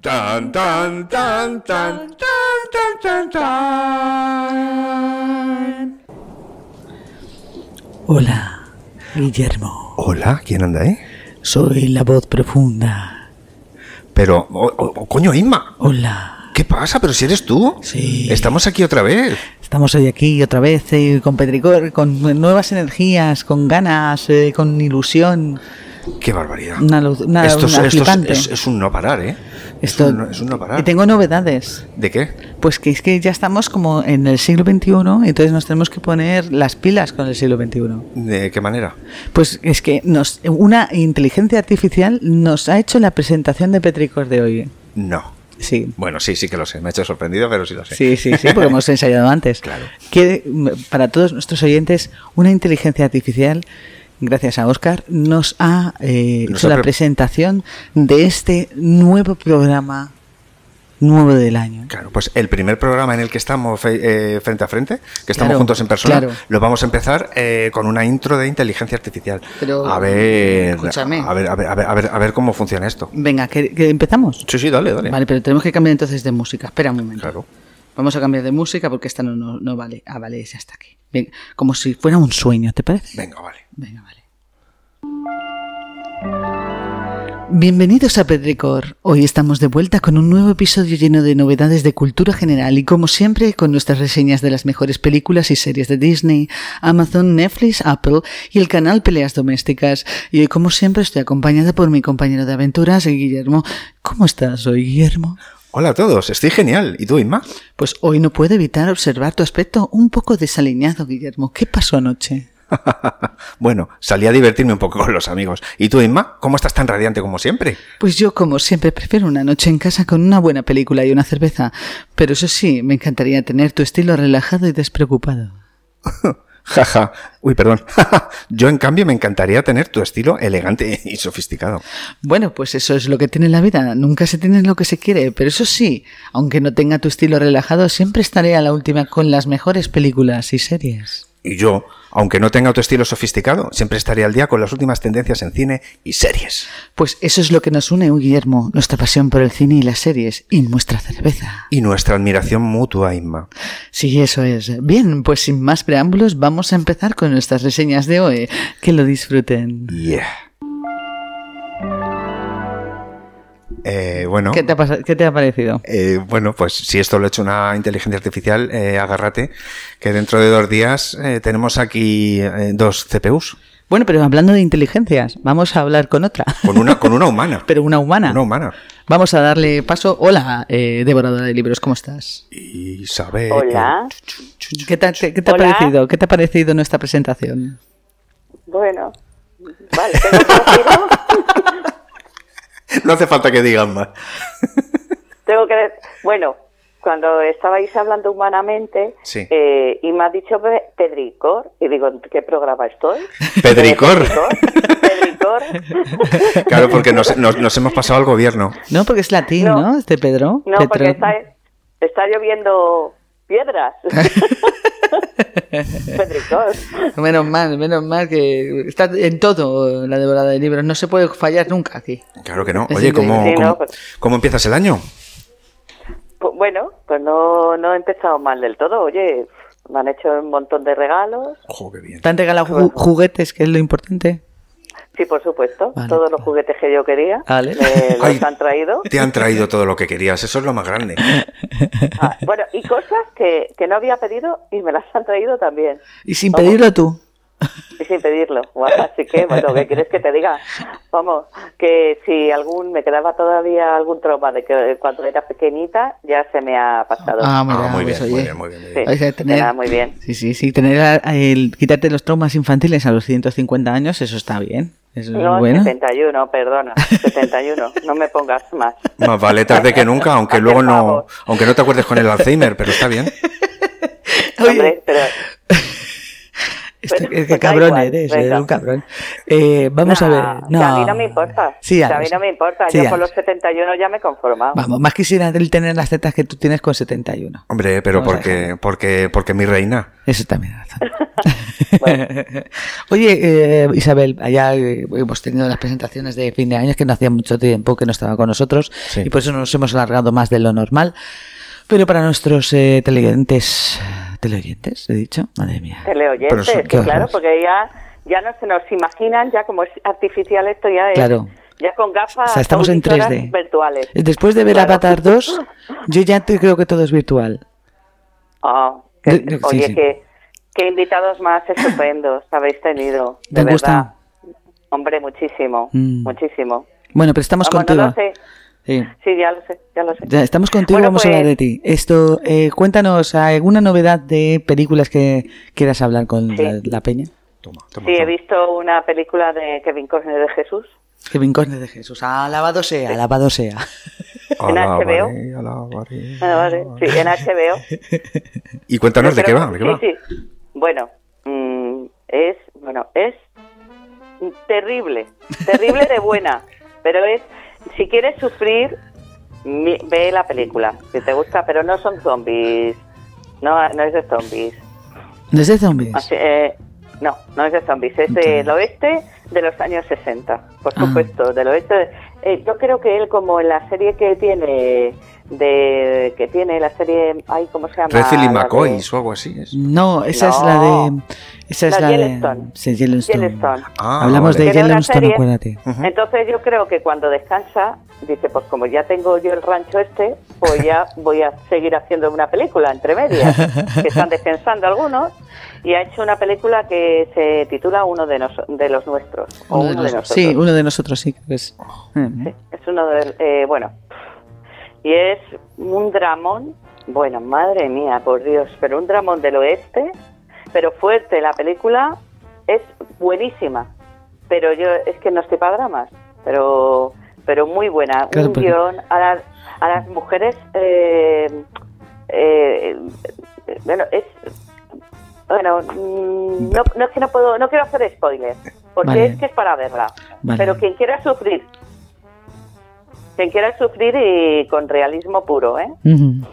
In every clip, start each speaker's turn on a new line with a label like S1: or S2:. S1: Tan, tan, tan, tan, tan, tan, tan, tan.
S2: Hola, Guillermo.
S1: Hola, ¿quién anda, eh?
S2: Soy la voz profunda.
S1: Pero, o- o- o- coño, Inma,
S2: Hola.
S1: ¿qué pasa? ¿Pero si eres tú?
S2: Sí.
S1: Estamos aquí otra vez.
S2: Estamos hoy aquí otra vez eh, con Petricor, con nuevas energías, con ganas, eh, con ilusión.
S1: Qué barbaridad.
S2: Una luz- una-
S1: esto es,
S2: una
S1: esto es-
S2: flipante.
S1: es- es un no parar, ¿eh?
S2: Esto,
S1: es, un, no- es un no parar.
S2: Y tengo novedades.
S1: ¿De qué?
S2: Pues que es que ya estamos como en el siglo XXI, entonces nos tenemos que poner las pilas con el siglo XXI.
S1: ¿De qué manera?
S2: Pues es que nos, una inteligencia artificial nos ha hecho la presentación de Petricor de hoy.
S1: No.
S2: Sí.
S1: Bueno, sí, sí que lo sé. Me ha hecho sorprendido, pero sí lo sé.
S2: Sí, sí, sí, porque hemos ensayado antes.
S1: Claro.
S2: Que mm, para todos nuestros oyentes, una inteligencia artificial, gracias a Oscar, nos ha eh,
S1: Nos
S2: hecho
S1: ha
S2: la
S1: pre-
S2: presentación de este nuevo programa nuevo del año.
S1: Claro, pues el primer programa en el que estamos fe- eh, frente a frente, que estamos
S2: Claro,
S1: juntos en persona,
S2: claro.
S1: lo vamos a empezar eh, con una intro de inteligencia artificial.
S2: Pero,
S1: a ver,
S2: escúchame.
S1: a ver, a ver, a ver, a ver, a ver cómo funciona esto.
S2: Venga, que, que empezamos.
S1: Sí, sí, dale, dale.
S2: Vale, pero tenemos que cambiar entonces de música. Espera un momento.
S1: Claro.
S2: Vamos a cambiar de música porque esta no, no, no vale. Ah, vale, es hasta aquí. Venga, como si fuera un sueño, ¿te parece?
S1: Venga, vale.
S2: Venga, vale. Bienvenidos a Pedricor. Hoy estamos de vuelta con un nuevo episodio lleno de novedades de cultura general y como siempre con nuestras reseñas de las mejores películas y series de Disney, Amazon, Netflix, Apple y el canal Peleas Domésticas. Y hoy como siempre estoy acompañada por mi compañero de aventuras, Guillermo. ¿Cómo estás hoy, Guillermo?
S1: Hola a todos, estoy genial. ¿Y tú, Inma?
S2: Pues hoy no puedo evitar observar tu aspecto un poco desaliñado, Guillermo. ¿Qué pasó anoche?
S1: bueno, salí a divertirme un poco con los amigos. ¿Y tú, Inma? ¿Cómo estás tan radiante como siempre?
S2: Pues yo, como siempre, prefiero una noche en casa con una buena película y una cerveza. Pero eso sí, me encantaría tener tu estilo relajado y despreocupado.
S1: Jaja, uy, perdón. Yo, en cambio, me encantaría tener tu estilo elegante y sofisticado.
S2: Bueno, pues eso es lo que tiene la vida. Nunca se tiene lo que se quiere. Pero eso sí, aunque no tenga tu estilo relajado, siempre estaré a la última con las mejores películas y series.
S1: Y yo, aunque no tenga tu estilo sofisticado, siempre estaré al día con las últimas tendencias en cine y series.
S2: Pues eso es lo que nos une, Guillermo, nuestra pasión por el cine y las series, y nuestra cerveza.
S1: Y nuestra admiración mutua, Inma.
S2: Sí, eso es. Bien, pues sin más preámbulos, vamos a empezar con nuestras reseñas de hoy. Que lo disfruten.
S1: Yeah. Eh, bueno,
S2: ¿Qué te ha pas- qué te ha parecido?
S1: eh, bueno, pues si esto lo ha hecho una inteligencia artificial, eh, agárrate, que dentro de dos días eh, tenemos aquí eh, dos CPUs,
S2: Bueno, pero hablando de inteligencias, vamos a hablar con otra,
S1: con una, con una humana.
S2: pero una humana.
S1: Una humana.
S2: Vamos a darle paso. Hola, eh, devoradora de libros, ¿cómo estás?
S1: Isabel.
S3: Hola.
S2: ¿Qué te, qué- qué te ha
S3: Hola.
S2: parecido? ¿Qué te ha parecido nuestra presentación?
S3: Bueno, vale, tengo que, decirlo,
S1: No hace falta que digan más.
S3: tengo que de- Bueno, cuando estabais hablando humanamente,
S1: Sí.
S3: eh, y me ha dicho Pe- Pedricor, y digo, ¿en qué programa estoy?
S1: Pedricor.
S3: Pedricor.
S1: Claro, porque nos, nos- nos hemos pasado al gobierno.
S2: No, porque es latín, ¿no?
S3: No.
S2: Este Pedro.
S3: No,
S2: Petro.
S3: porque está, está lloviendo piedras. Pedricor.
S2: Menos mal, menos mal que está en todo la devorada de libros. No se puede fallar nunca aquí.
S1: Claro que no.
S2: Es
S1: Oye, ¿cómo,
S3: increíble. Sí,
S1: cómo-
S3: no, pues-
S1: cómo empiezas el año?
S3: Pues bueno, pues no, no he empezado mal del todo. Oye, me han hecho un montón de regalos.
S1: Ojo, qué bien.
S2: Te han regalado ju- juguetes, que es lo importante.
S3: Sí, por supuesto.
S2: Vale.
S3: Todos los juguetes que yo quería
S2: Vale.
S3: me los
S1: Ay.
S3: han traído.
S1: Te han traído todo lo que querías, eso es lo más grande.
S3: Ah, bueno, y cosas que, que no había pedido y me las han traído también.
S2: Y sin pedirlo tú.
S3: Y sin pedirlo. Guau, así que, bueno, ¿qué quieres que te diga? Vamos, que si algún me quedaba todavía algún trauma de que cuando era pequeñita, ya se me ha pasado.
S1: Ah, muy bien,
S2: pues,
S1: muy
S2: oye.
S1: bien, muy bien, muy
S3: Sí,
S1: bien.
S2: Hay que
S3: de
S2: tener-
S3: nada, muy bien.
S2: Sí, sí, sí. Tener a- el, quitarte los traumas infantiles a los 150 años, eso está bien. Eso es
S3: No,
S2: bueno.
S3: 71, perdona, 71, no me pongas más.
S1: Más vale tarde que nunca, aunque
S3: Hazme
S1: luego
S3: el
S1: no,
S3: favor.
S1: aunque no te acuerdes con el Alzheimer, pero está bien.
S3: Hombre, pero
S2: Este-
S3: Pues,
S2: qué
S3: pues da
S2: cabrón
S3: igual,
S2: eres,
S3: venga.
S2: eres un cabrón. Eh, vamos
S3: No,
S2: a ver.
S3: que a mí no me importa.
S2: Sí, ya
S3: Que a
S2: lo
S3: mí
S2: sé.
S3: no me importa.
S2: Sí,
S3: Yo
S2: ya
S3: con
S2: lo
S3: los
S2: sé.
S3: 71 ya me he conformado.
S2: Vamos, más quisiera el tener las tetas que tú tienes con 71.
S1: Hombre, pero
S2: Vamos a
S1: porque, porque, porque mi reina.
S2: Eso también es razón. bueno. Oye, eh, Isabel, allá eh, hemos tenido las presentaciones de fin de año que no hacía mucho tiempo que no estaba con nosotros sí. y por eso nos hemos alargado más de lo normal. Pero para nuestros eh, teleoyentes, teleoyentes, he dicho, madre mía.
S3: Teleoyentes, sí, claro, porque ya, ya no se nos imaginan, ya como es artificial esto ya es... Claro. Ya con gafas o sea,
S2: estamos en 3D.
S3: virtuales.
S2: Después de ver claro. Avatar 2, yo ya te creo que todo es virtual.
S3: Oh, que, de, oye, sí, sí. Que, que, invitados más estupendos habéis tenido.
S2: ¿Te de gusta?
S3: Verdad. Hombre, muchísimo, mm. muchísimo.
S2: Bueno, pero estamos Vamos, contigo. No sé.
S3: sí. sí. ya lo sé, ya lo sé.
S2: Ya, estamos contigo, bueno, vamos pues, a hablar de ti. Esto, eh, cuéntanos alguna novedad de películas que quieras hablar con la, la, peña.
S3: Toma, toma, sí, toma. he visto una película de Kevin Costner de Jesús.
S2: Kevin Costner de Jesús, alabado sea, alabado sea.
S3: en HBO. Alabaré, alabaré. Ah, Sí, en HBO.
S1: Y cuéntanos de qué va. De qué
S3: sí,
S1: va.
S3: Sí. Bueno, mmm, es, bueno, es terrible, terrible de buena, pero es, si quieres sufrir, mi, ve la película, si te gusta, pero no son zombies, no, no es de zombies.
S2: ¿No es de zombies?
S3: Así, eh, no, no es de zombies, es del de oeste de los años 60, por supuesto, ah. del oeste. De, eh, yo creo que él, como en la serie que tiene, de que tiene la serie, ay, ¿cómo se llama?
S1: Treffel y McCoy de... o algo así. Es.
S2: No, esa no. es la de... Esa es la,
S3: la Yellowstone.
S2: de... Sí, Yellowstone.
S3: Yellowstone.
S2: Ah, Hablamos vale. de Yellowstone, serie, acuérdate.
S3: Uh -huh. Entonces yo creo que cuando descansa, dice, pues como ya tengo yo el rancho este, pues ya voy a seguir haciendo una película entre medias, que están descansando algunos, y ha hecho una película que se titula Uno de, nos, de los nuestros. O uno, uno de, los, de, nosotros.
S2: Sí, uno de nosotros, sí. Pues.
S3: sí es uno de... Eh, bueno. Y es un dramón, bueno, madre mía, por Dios, pero un dramón del oeste, pero fuerte. La película es buenísima, pero yo es que no estoy para dramas, pero, pero muy buena. Claro, un porque... guión a, la, a, las mujeres, eh, eh, bueno, es. Bueno, mm, no, no, es que no puedo, no quiero hacer spoilers, porque vale. es que es para verla. Vale. Pero quien quiera sufrir quien quiera sufrir y con realismo puro, ¿eh? Uh -huh.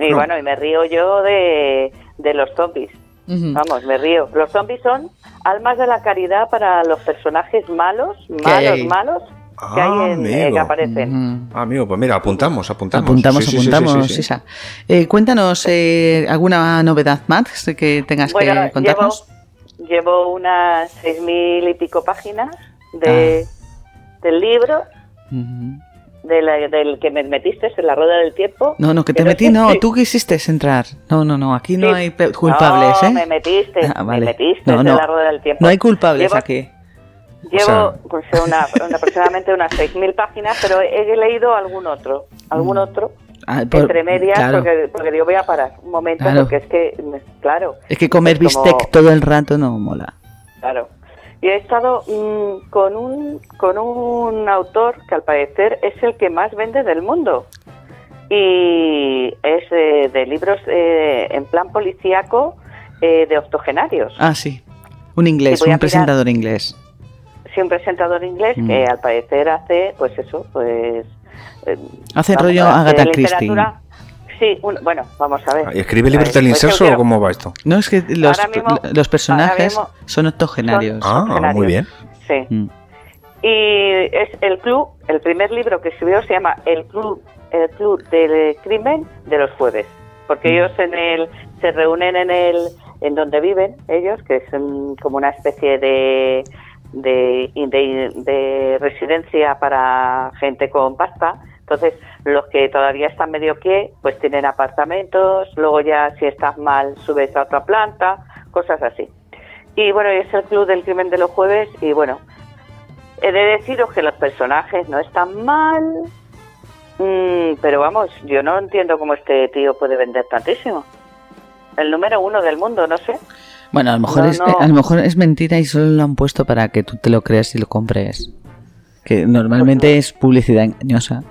S3: Y no. bueno, y me río yo de, de los zombies. Uh
S2: Mm.
S3: -huh. Vamos, me río. Los zombies son almas de la caridad para los personajes malos, malos, malos que
S2: Ah,
S3: hay en, eh, que aparecen.
S1: Uh -huh. Amigo, pues mira, apuntamos, apuntamos.
S2: Apuntamos, sí, apuntamos, sí, sí, Isa. Eh, cuéntanos eh, alguna novedad, Matt, que tengas bueno, que contarnos.
S3: Llevo, llevo, unas seis mil y pico páginas de, ah. del libro. De la, del que me metiste en la rueda del tiempo.
S2: No, no, que te Pero metí, no, sí. tú quisiste entrar. No, no, no, aquí no sí. hay culpables,
S3: no,
S2: ¿eh?
S3: me metiste, ah, vale. me metiste no, no. en la rueda del tiempo.
S2: No hay culpables llevo, aquí.
S3: Llevo o sea... pues, una, una, aproximadamente unas 6.000 páginas, pero he leído algún otro, algún otro. Ah, por, entre medias, claro. porque, porque, digo, voy a parar un momento, claro. porque es que, claro.
S2: Es que comer pues bistec como... todo el rato no mola.
S3: Claro, y he estado mmm, con, un, con un autor que al parecer es el que más vende del mundo. Y es eh, de libros eh, en plan policíaco eh, de octogenarios.
S2: Ah, sí. Un inglés, un presentador mirar, inglés.
S3: Sí, un presentador inglés mm. que al parecer hace, pues eso, pues...
S2: hace rollo a, Agatha Christie.
S3: Sí, un, bueno, vamos a ver.
S1: Ah,
S3: pues
S1: ¿Escribe libros del inserso o cómo va esto?
S2: No, es que los, mismo, los personajes son octogenarios.
S3: Pues
S1: Son ah, octogenarios. muy bien.
S3: Sí. Mm. Y es el club, el primer libro que escribió se llama El club, el club del crimen de los jueves, porque mm. ellos en el se reúnen en el en donde viven ellos, que es como una especie de de, de, de residencia para gente con pasta. Entonces, los que todavía están medio pie, pues tienen apartamentos, luego ya si estás mal subes a otra planta, cosas así. Y bueno, es el club del crimen de los jueves y bueno, he de deciros que los personajes no están mal, mmm, pero vamos, yo no entiendo cómo este tío puede vender tantísimo. El número uno del mundo, no sé.
S2: Bueno, a lo mejor, no, es, no. A lo mejor es mentira y solo lo han puesto para que tú te lo creas y lo compres. Que normalmente pues no. es publicidad engañosa.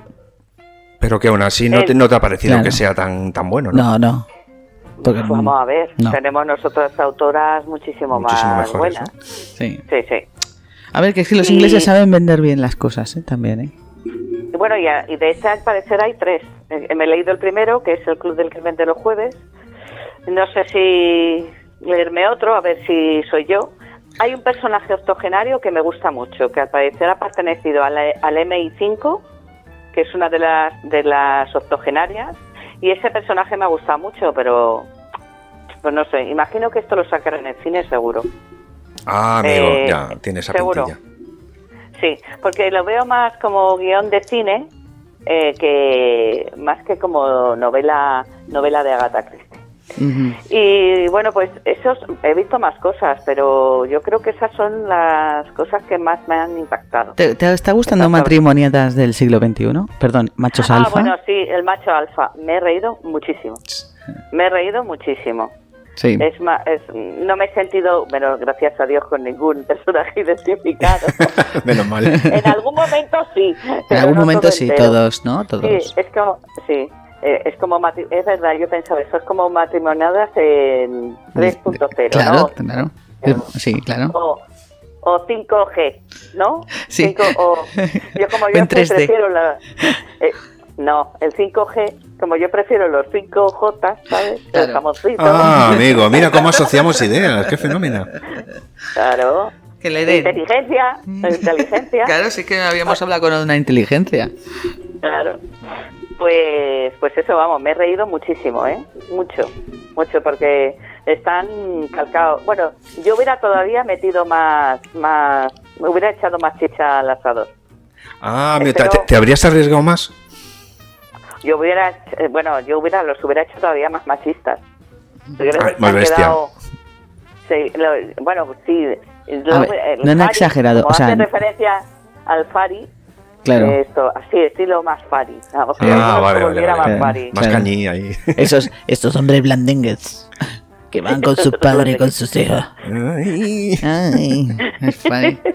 S1: Pero que aún así no te, no te ha parecido Eh, claro. que sea tan, tan bueno, ¿no?
S2: No, no.
S3: Porque, Pues Vamos a ver, no. tenemos nosotras autoras muchísimo, muchísimo más mejores, buenas. ¿eh? Sí. sí, sí.
S2: A ver, que es que los y... ingleses saben vender bien las cosas ¿eh? también, ¿eh?
S3: Y bueno, y, a, y de esta al parecer hay tres. Eh, Me he leído el primero, que es el Club del Crimen de los Jueves. No sé si leerme otro, a ver si soy yo. Hay un personaje octogenario que me gusta mucho, que al parecer ha pertenecido a la- al MI5, que es una de las, de las octogenarias, y ese personaje me ha gustado mucho, pero pues no sé, imagino que esto lo sacarán en el cine seguro.
S1: Ah, amigo,
S3: Eh,
S1: ya tienes esa
S3: seguro.
S1: pintilla.
S3: Sí, porque lo veo más como guión de cine eh, que más que como novela, novela de Agatha Christie.
S2: Ujú.
S3: Y bueno, pues esos, he visto más cosas, pero yo creo que esas son las cosas que más me han impactado.
S2: ¿Te, te está gustando
S3: Exactamente.
S2: matrimoniadas del siglo XXI? Perdón, machos
S3: Ah,
S2: alfa.
S3: bueno, sí, el macho alfa. Me he reído muchísimo. Me he reído muchísimo.
S2: sí.
S3: Es ma- es- no me he sentido, bueno, gracias a Dios, con ningún personaje identificado.
S1: Menos mal.
S3: en algún momento sí.
S2: en
S3: pero
S2: algún
S3: no
S2: momento
S3: todo
S2: sí,
S3: entero.
S2: todos, ¿no? Todos.
S3: Sí, es como, sí, eh, es como, matri- es verdad, yo pensaba, eso es como matrimoniadas en 3.0,
S2: Claro,
S3: ¿no?
S2: claro.
S3: Claro.
S2: Sí, claro.
S3: O, o 5G, ¿no?
S2: Sí.
S3: Cinco- o, yo como
S2: O en
S3: yo
S2: 3D.
S3: prefiero la... eh, no, el 5G, como yo prefiero los 5J, ¿sabes?
S2: Claro.
S3: Los jamoncitos.
S1: Ah, amigo, mira cómo asociamos ideas, qué fenómeno.
S3: Claro.
S2: Que le den.
S3: Inteligencia,
S2: Mm.
S3: inteligencia.
S2: Claro, sí que habíamos hablado con una inteligencia.
S3: Claro. Pues, pues eso, vamos, me he reído muchísimo, ¿eh? Mucho, mucho, porque están calcados. Bueno, yo hubiera todavía metido más, más, me hubiera echado más chicha al asador.
S1: Ah, amigo, ¿te,
S3: Pero-
S1: te- te habrías arriesgado más?
S3: Yo hubiera, eh, bueno, yo hubiera, los hubiera hecho todavía más machistas. Yo creo que
S1: Ay,
S3: se
S1: más
S3: han
S1: bestia.
S3: sí, lo- bueno, pues sí. lo-
S2: A ver,
S3: el
S2: no han exagerado,
S3: como
S2: o sea-
S3: hace referencia al Fari, eh,
S2: Claro.
S3: esto, así, estilo más Fari. O sea,
S1: Ah,
S3: que
S1: vale,
S3: se
S1: vale.
S3: volviera
S1: vale.
S3: más Fari.
S1: Más cañí ahí.
S2: Esos, estos hombres blandengues que van con su padre y con sus hijos.
S1: Ay.
S2: Ay, es funny.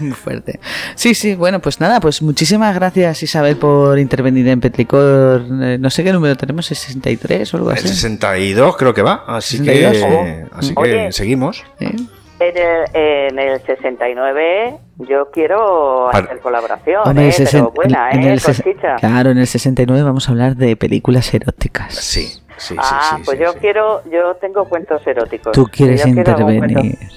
S2: Muy fuerte. Sí, sí, bueno, pues nada, pues muchísimas gracias Isabel por intervenir en Petlicor. Eh, no sé qué número tenemos, 63 o algo
S1: El
S2: así.
S1: 62 creo que va, así
S2: 62.
S1: que, así que
S3: Oye.
S1: seguimos.
S2: ¿Eh?
S3: En el, en el 69 yo quiero
S1: Par-
S3: hacer colaboración,
S2: Hombre,
S3: eh,
S2: sesen-
S3: pero buena,
S2: en- en
S3: ¿eh?
S2: el
S3: con
S2: ses-
S3: chicha.
S2: Claro, en el 69 vamos a hablar de películas eróticas.
S1: Sí, sí, sí.
S3: ah,
S1: sí,
S3: pues
S1: sí,
S3: yo
S1: sí.
S3: quiero, yo tengo cuentos eróticos.
S2: Tú quieres
S3: Yo quiero algún
S2: intervenir.
S3: cuento-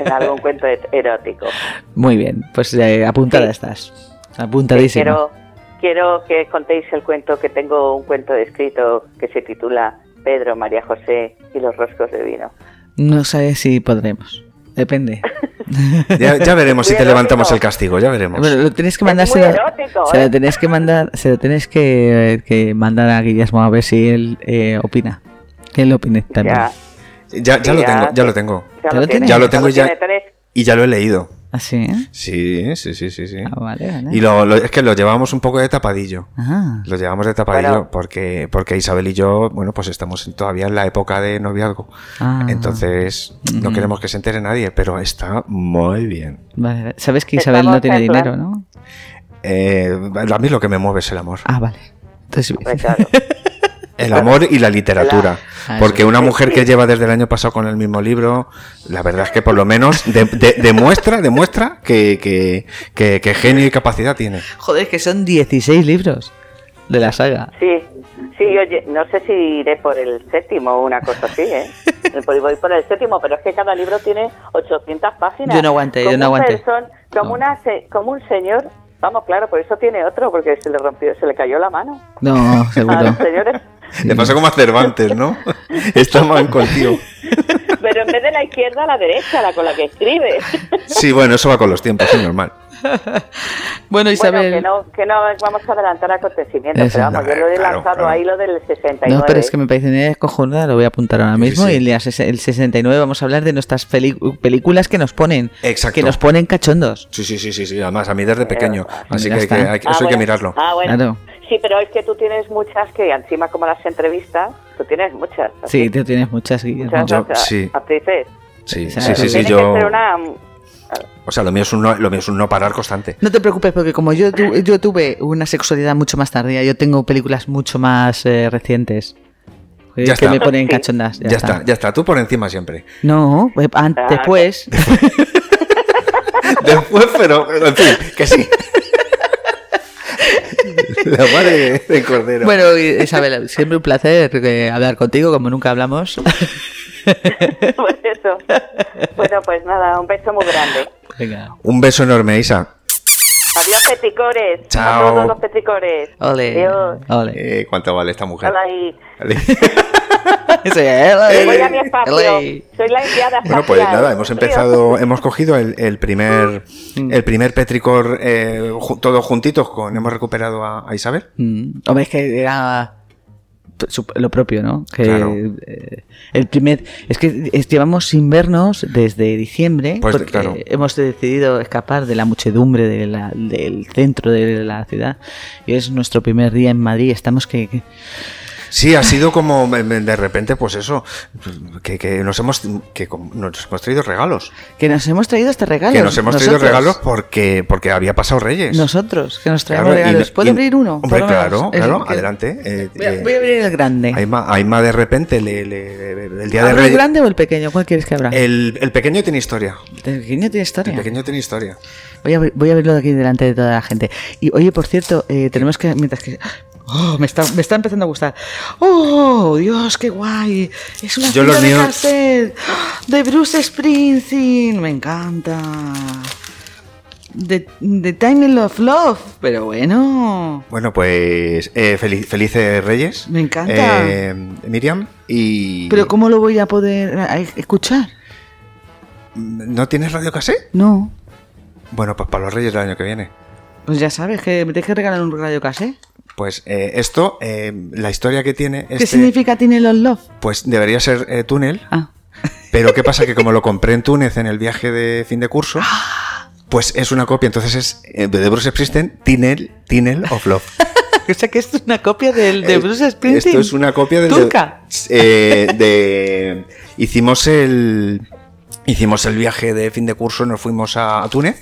S3: en algún cuento et- erótico.
S2: Muy bien, pues eh, apuntada
S3: Sí.
S2: estás.
S3: Sí,
S2: Apuntadísima.
S3: quiero, quiero que contéis el cuento que tengo un cuento escrito que se titula Pedro, María José y los roscos de vino.
S2: No sabes si podremos. Depende.
S1: Ya, ya veremos si te
S3: Cuidado,
S1: levantamos
S3: amigo.
S1: el castigo, ya veremos.
S2: Bueno, lo tenéis que
S3: Es
S2: mandar.
S3: muy
S2: se lo-
S3: erótico,
S2: se
S3: ¿eh?
S2: lo tenéis que mandar, se lo tenéis que, eh, que mandar a Guillermo a ver si él eh, opina. Que él opine también.
S3: Ya,
S1: Ya, ya
S3: sí,
S1: lo
S3: ya,
S1: tengo, ya
S3: sí.
S1: lo tengo.
S2: ¿Ya lo tienes?
S3: tiene,
S2: Ya lo
S1: tengo ya-
S3: tiene, tenés.
S1: Y ya lo he leído.
S2: Así, ¿eh?
S1: Sí, sí, sí, sí. sí.
S2: Ah, vale, vale.
S1: Y lo- lo- es que lo llevamos un poco de tapadillo.
S2: Ah,
S1: Lo llevamos de tapadillo
S3: Bueno.
S1: porque, porque Isabel y yo, bueno, pues estamos en- todavía en la época de noviazgo.
S2: Ah. Mm.
S1: Entonces, no
S2: Ujú.
S1: queremos que se entere nadie, pero está muy bien.
S2: vale, vale. Sabes que Isabel
S3: Estamos
S2: no tiene
S3: en plan-
S2: dinero, ¿no?
S1: Eh, a mí lo que me mueve es el amor.
S2: Ah, vale. Entonces,
S3: Pues claro.
S1: El amor y la literatura.
S2: Ah,
S1: Porque
S2: sí.
S1: una mujer que lleva desde el año pasado con el mismo libro, la verdad es que por lo menos de- de- demuestra, demuestra que, que- que- que genio y capacidad tiene.
S2: joder, que son 16 libros de la saga.
S3: Sí, sí, yo lle- no sé si iré por el séptimo o una cosa así, ¿eh? Voy voy por el séptimo, pero es que cada libro tiene 800 páginas.
S2: Yo no aguanté,
S3: Como
S2: yo no
S3: un
S2: aguanté.
S3: person- como,
S2: No.
S3: una se- como un señor, vamos, claro, por eso tiene otro, porque se le rompió, se le cayó la mano.
S2: No,
S3: A
S2: seguro.
S3: los señores.
S1: Le pasa como a Cervantes, ¿no? Está mal contigo.
S3: Pero en vez de la izquierda, la derecha, la con la que escribe.
S1: Sí, bueno, eso va con los tiempos, es normal.
S2: Bueno,
S3: Bueno, que
S2: Isabel.
S3: no, que no vamos a adelantar acontecimientos,
S2: Eso.
S3: pero vamos, yo lo he
S1: Claro,
S3: lanzado
S1: claro.
S3: ahí lo del 69.
S2: No, pero es que me parece una idea cojonuda, lo voy a apuntar ahora
S1: Sí,
S2: mismo.
S1: sí.
S2: Y el día ses- el 69 vamos a hablar de nuestras peli- películas que nos ponen.
S1: Exacto.
S2: Que nos ponen cachondos.
S1: Sí, sí, sí, sí, sí, Además, a mí desde pequeño. Así
S2: Ya
S1: que, hay que-
S2: está.
S1: hay que-
S3: Eh, Ah,
S1: eso hay que
S3: bueno.
S1: mirarlo.
S3: Ah, bueno.
S2: Claro.
S3: Sí, pero es que tú tienes muchas que encima como las entrevistas, tú tienes muchas. así,
S2: Sí, tú tienes muchas, Guillermo.
S3: muchas
S1: Yo-
S3: muchas
S1: sí.
S3: actrices.
S1: Sí, sí,
S2: Claro.
S1: sí, sí,
S3: Tiene
S1: yo.
S3: que ser una...
S1: O sea, lo mío es un no, lo mío es un no parar constante.
S2: No te preocupes, porque como yo, tu- yo tuve una sexualidad mucho más tardía, yo tengo películas mucho más eh, recientes. eh,
S1: Ya
S2: que
S1: está.
S2: me ponen
S3: Sí.
S2: cachondas.
S1: Ya, está. ya está. Tú por encima siempre.
S2: No, eh, an-
S3: Ah,
S2: después.
S1: Después, pero, pero, en fin, que sí. La madre del cordero.
S2: Bueno, Isabel, siempre un placer eh, hablar contigo, como nunca hablamos.
S3: Por pues eso. Bueno, pues nada, un beso muy grande.
S2: Venga.
S1: Un beso enorme, Isa.
S3: Adiós, peticores.
S1: Chao.
S3: A todos los peticores.
S2: Ole.
S3: Adiós.
S2: Ole.
S1: Eh, ¿Cuánto vale esta mujer?
S3: Hola, y-
S2: Sí, eh, ole.
S3: Me voy a mi espacio.
S2: Ole.
S3: Soy la enviada.
S1: Bueno, pues
S3: espacial.
S1: nada, hemos empezado, hemos cogido el, el primer
S2: Mm.
S1: el primer petricor eh, ju- todos juntitos con hemos recuperado a, a Isabel.
S2: Mm, Hombre, es que era p- su- lo propio, ¿no? Que,
S1: Claro.
S2: eh, el primer es que es- llevamos sin vernos desde diciembre
S1: Pues,
S2: porque
S1: claro.
S2: hemos decidido escapar de la muchedumbre de la- del centro de la ciudad y es nuestro primer día en Madrid estamos que, que-
S1: Sí, ha sido como me- me- de repente, pues eso, que, que nos hemos que com- nos hemos traído regalos,
S2: que nos hemos traído este regalo
S1: que nos hemos traído
S2: nosotros.
S1: regalos porque porque había pasado Reyes.
S2: nosotros que nos traemos
S1: Claro, y-
S2: regalos
S1: y-
S2: puedo abrir uno
S1: Hombre,
S2: Por lo menos.
S1: claro,
S2: Es
S1: claro,
S2: que-
S1: adelante. eh,
S2: voy a,
S1: eh,
S2: voy a abrir el grande
S1: Aima, Aima de repente, le, le- le- el día de
S2: ¿Abro el
S1: Reyes.
S2: grande o el pequeño cuál quieres que abra
S1: El, el pequeño tiene historia.
S2: el pequeño tiene historia
S1: El pequeño tiene historia.
S2: Voy a, ver- voy a verlo de aquí delante de toda la gente. Y oye, por cierto, eh, tenemos que. Mientras que. ¡Oh! Me está, me está empezando a gustar. ¡Oh! Dios, qué guay. Es una
S1: Yo
S2: cinta
S1: los
S2: de
S1: míos-
S2: cassette de Bruce Springsteen. Me encanta. De, de Tiny of Love. Pero bueno.
S1: Bueno, pues eh, fel- felices Reyes.
S2: Me encanta.
S1: eh, Miriam, y.
S2: Pero ¿cómo lo voy a poder eh, escuchar?
S1: ¿No tienes radio cassette?
S2: No.
S1: Bueno, pues para los Reyes del año que viene.
S2: Pues ya sabes que me tienes que regalar un radio cassette.
S1: Pues eh, esto, eh, la historia que tiene.
S2: ¿Qué
S1: este,
S2: significa Tiny of Love?
S1: Pues debería ser eh, túnel.
S2: Ah.
S1: Pero ¿qué pasa? Que como lo compré en Túnez en el viaje de fin de curso, pues es una copia. Entonces es eh, de Bruce Springsteen, Tunnel, Tunnel of Love.
S2: O sea que esto es una copia del de
S1: Eh,
S2: Bruce Springsteen.
S1: Esto es una copia del.
S2: turca.
S1: eh, de- hicimos el. Hicimos el viaje de fin de curso, nos fuimos a, a Túnez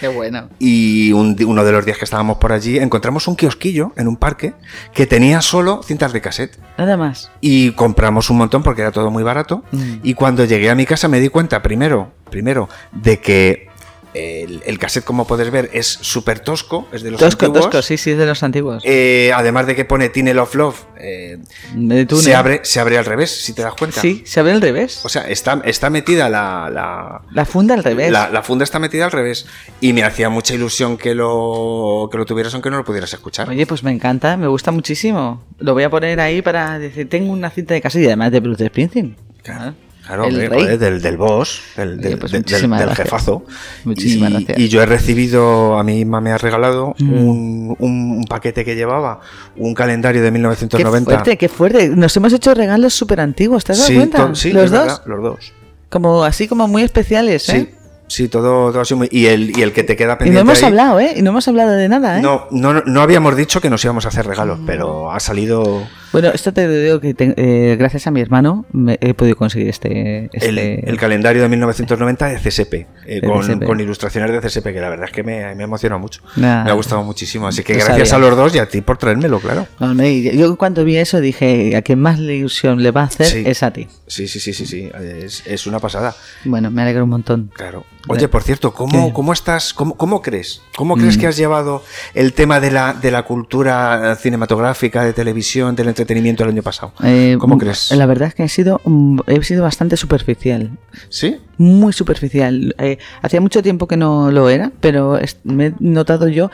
S2: Qué bueno.
S1: y un di- uno de los días que estábamos por allí encontramos un kiosquillo en un parque que tenía solo cintas de cassette
S2: Nada más.
S1: y compramos un montón porque era todo muy barato.
S2: Mm.
S1: Y cuando llegué a mi casa me di cuenta, primero, primero, de que el, el cassette, como puedes ver, es súper tosco, es de los
S2: Tosco,
S1: antiguos.
S2: tosco, sí, sí, es de los antiguos.
S1: Eh, además de que pone Tunnel of Love, eh,
S2: de túnel.
S1: se abre, se abre al revés, si te das cuenta.
S2: Sí, se abre al revés.
S1: O sea, está, está metida la, la,
S2: la funda al revés.
S1: la- la funda está metida al revés. Y me hacía mucha ilusión que lo, que lo tuvieras aunque no lo pudieras escuchar.
S2: Oye, pues me encanta, me gusta muchísimo. Lo voy a poner ahí para decir, tengo una cinta de casilla, además de Bruce Springsteen.
S1: Claro,
S2: Ah,
S1: claro,
S2: el
S1: hombre,
S2: rey.
S1: joder, del, del boss, del,
S2: Oye,
S1: del-
S2: pues
S1: del-
S2: muchísimas
S1: del
S2: gracias.
S1: jefazo.
S2: Muchísimas
S1: y,
S2: gracias. Mm.
S1: y yo he recibido, a mí misma me ha regalado un, un- un paquete que llevaba, un calendario de
S2: Qué
S1: 1990.
S2: fuerte, qué fuerte. Nos hemos hecho regalos súper antiguos, ¿te has dado
S1: Sí,
S2: cuenta?
S1: to- sí,
S2: los
S1: es
S2: dos.
S1: verdad, los dos.
S2: Como así como muy especiales,
S1: Sí,
S2: ¿eh?
S1: sí, todo, todo así muy- Y el, y el que te queda
S2: Y
S1: pendiente.
S2: no hemos
S1: ahí-
S2: hablado, ¿eh? Y no hemos hablado de nada, ¿eh? Mm.
S1: No, no, no habíamos dicho que nos íbamos a hacer regalos, pero ha salido
S2: Bueno, esto te digo que te- eh, gracias a mi hermano me- he podido conseguir este... este...
S1: el, el calendario de 1990 de CSP, eh,
S2: De
S1: con,
S2: CSP.
S1: con ilustraciones de CSP, que la verdad es que me, me ha emocionado mucho.
S2: Nah.
S1: Me ha gustado muchísimo. Así que
S2: Lo
S1: gracias
S2: sabía.
S1: a los dos y a ti por traérmelo, claro.
S2: Hombre, y yo cuando vi eso dije, a quien más le ilusión le va a hacer
S1: Sí.
S2: es a ti.
S1: Sí, sí, sí, sí, sí. Es, es una pasada.
S2: Bueno, me alegro un montón.
S1: Claro. Oye, por cierto, ¿cómo,
S2: Sí.
S1: cómo estás? ¿Cómo, cómo crees? ¿Cómo
S2: Mm.
S1: crees que has llevado el tema de la, de la cultura cinematográfica, de televisión, del entretenimiento el año pasado?
S2: Eh,
S1: ¿Cómo
S2: mm,
S1: crees?
S2: La verdad es que he sido, mm, he sido bastante superficial.
S1: ¿Sí?
S2: Muy superficial. Eh, hacía mucho tiempo que no lo era, pero es- me he notado yo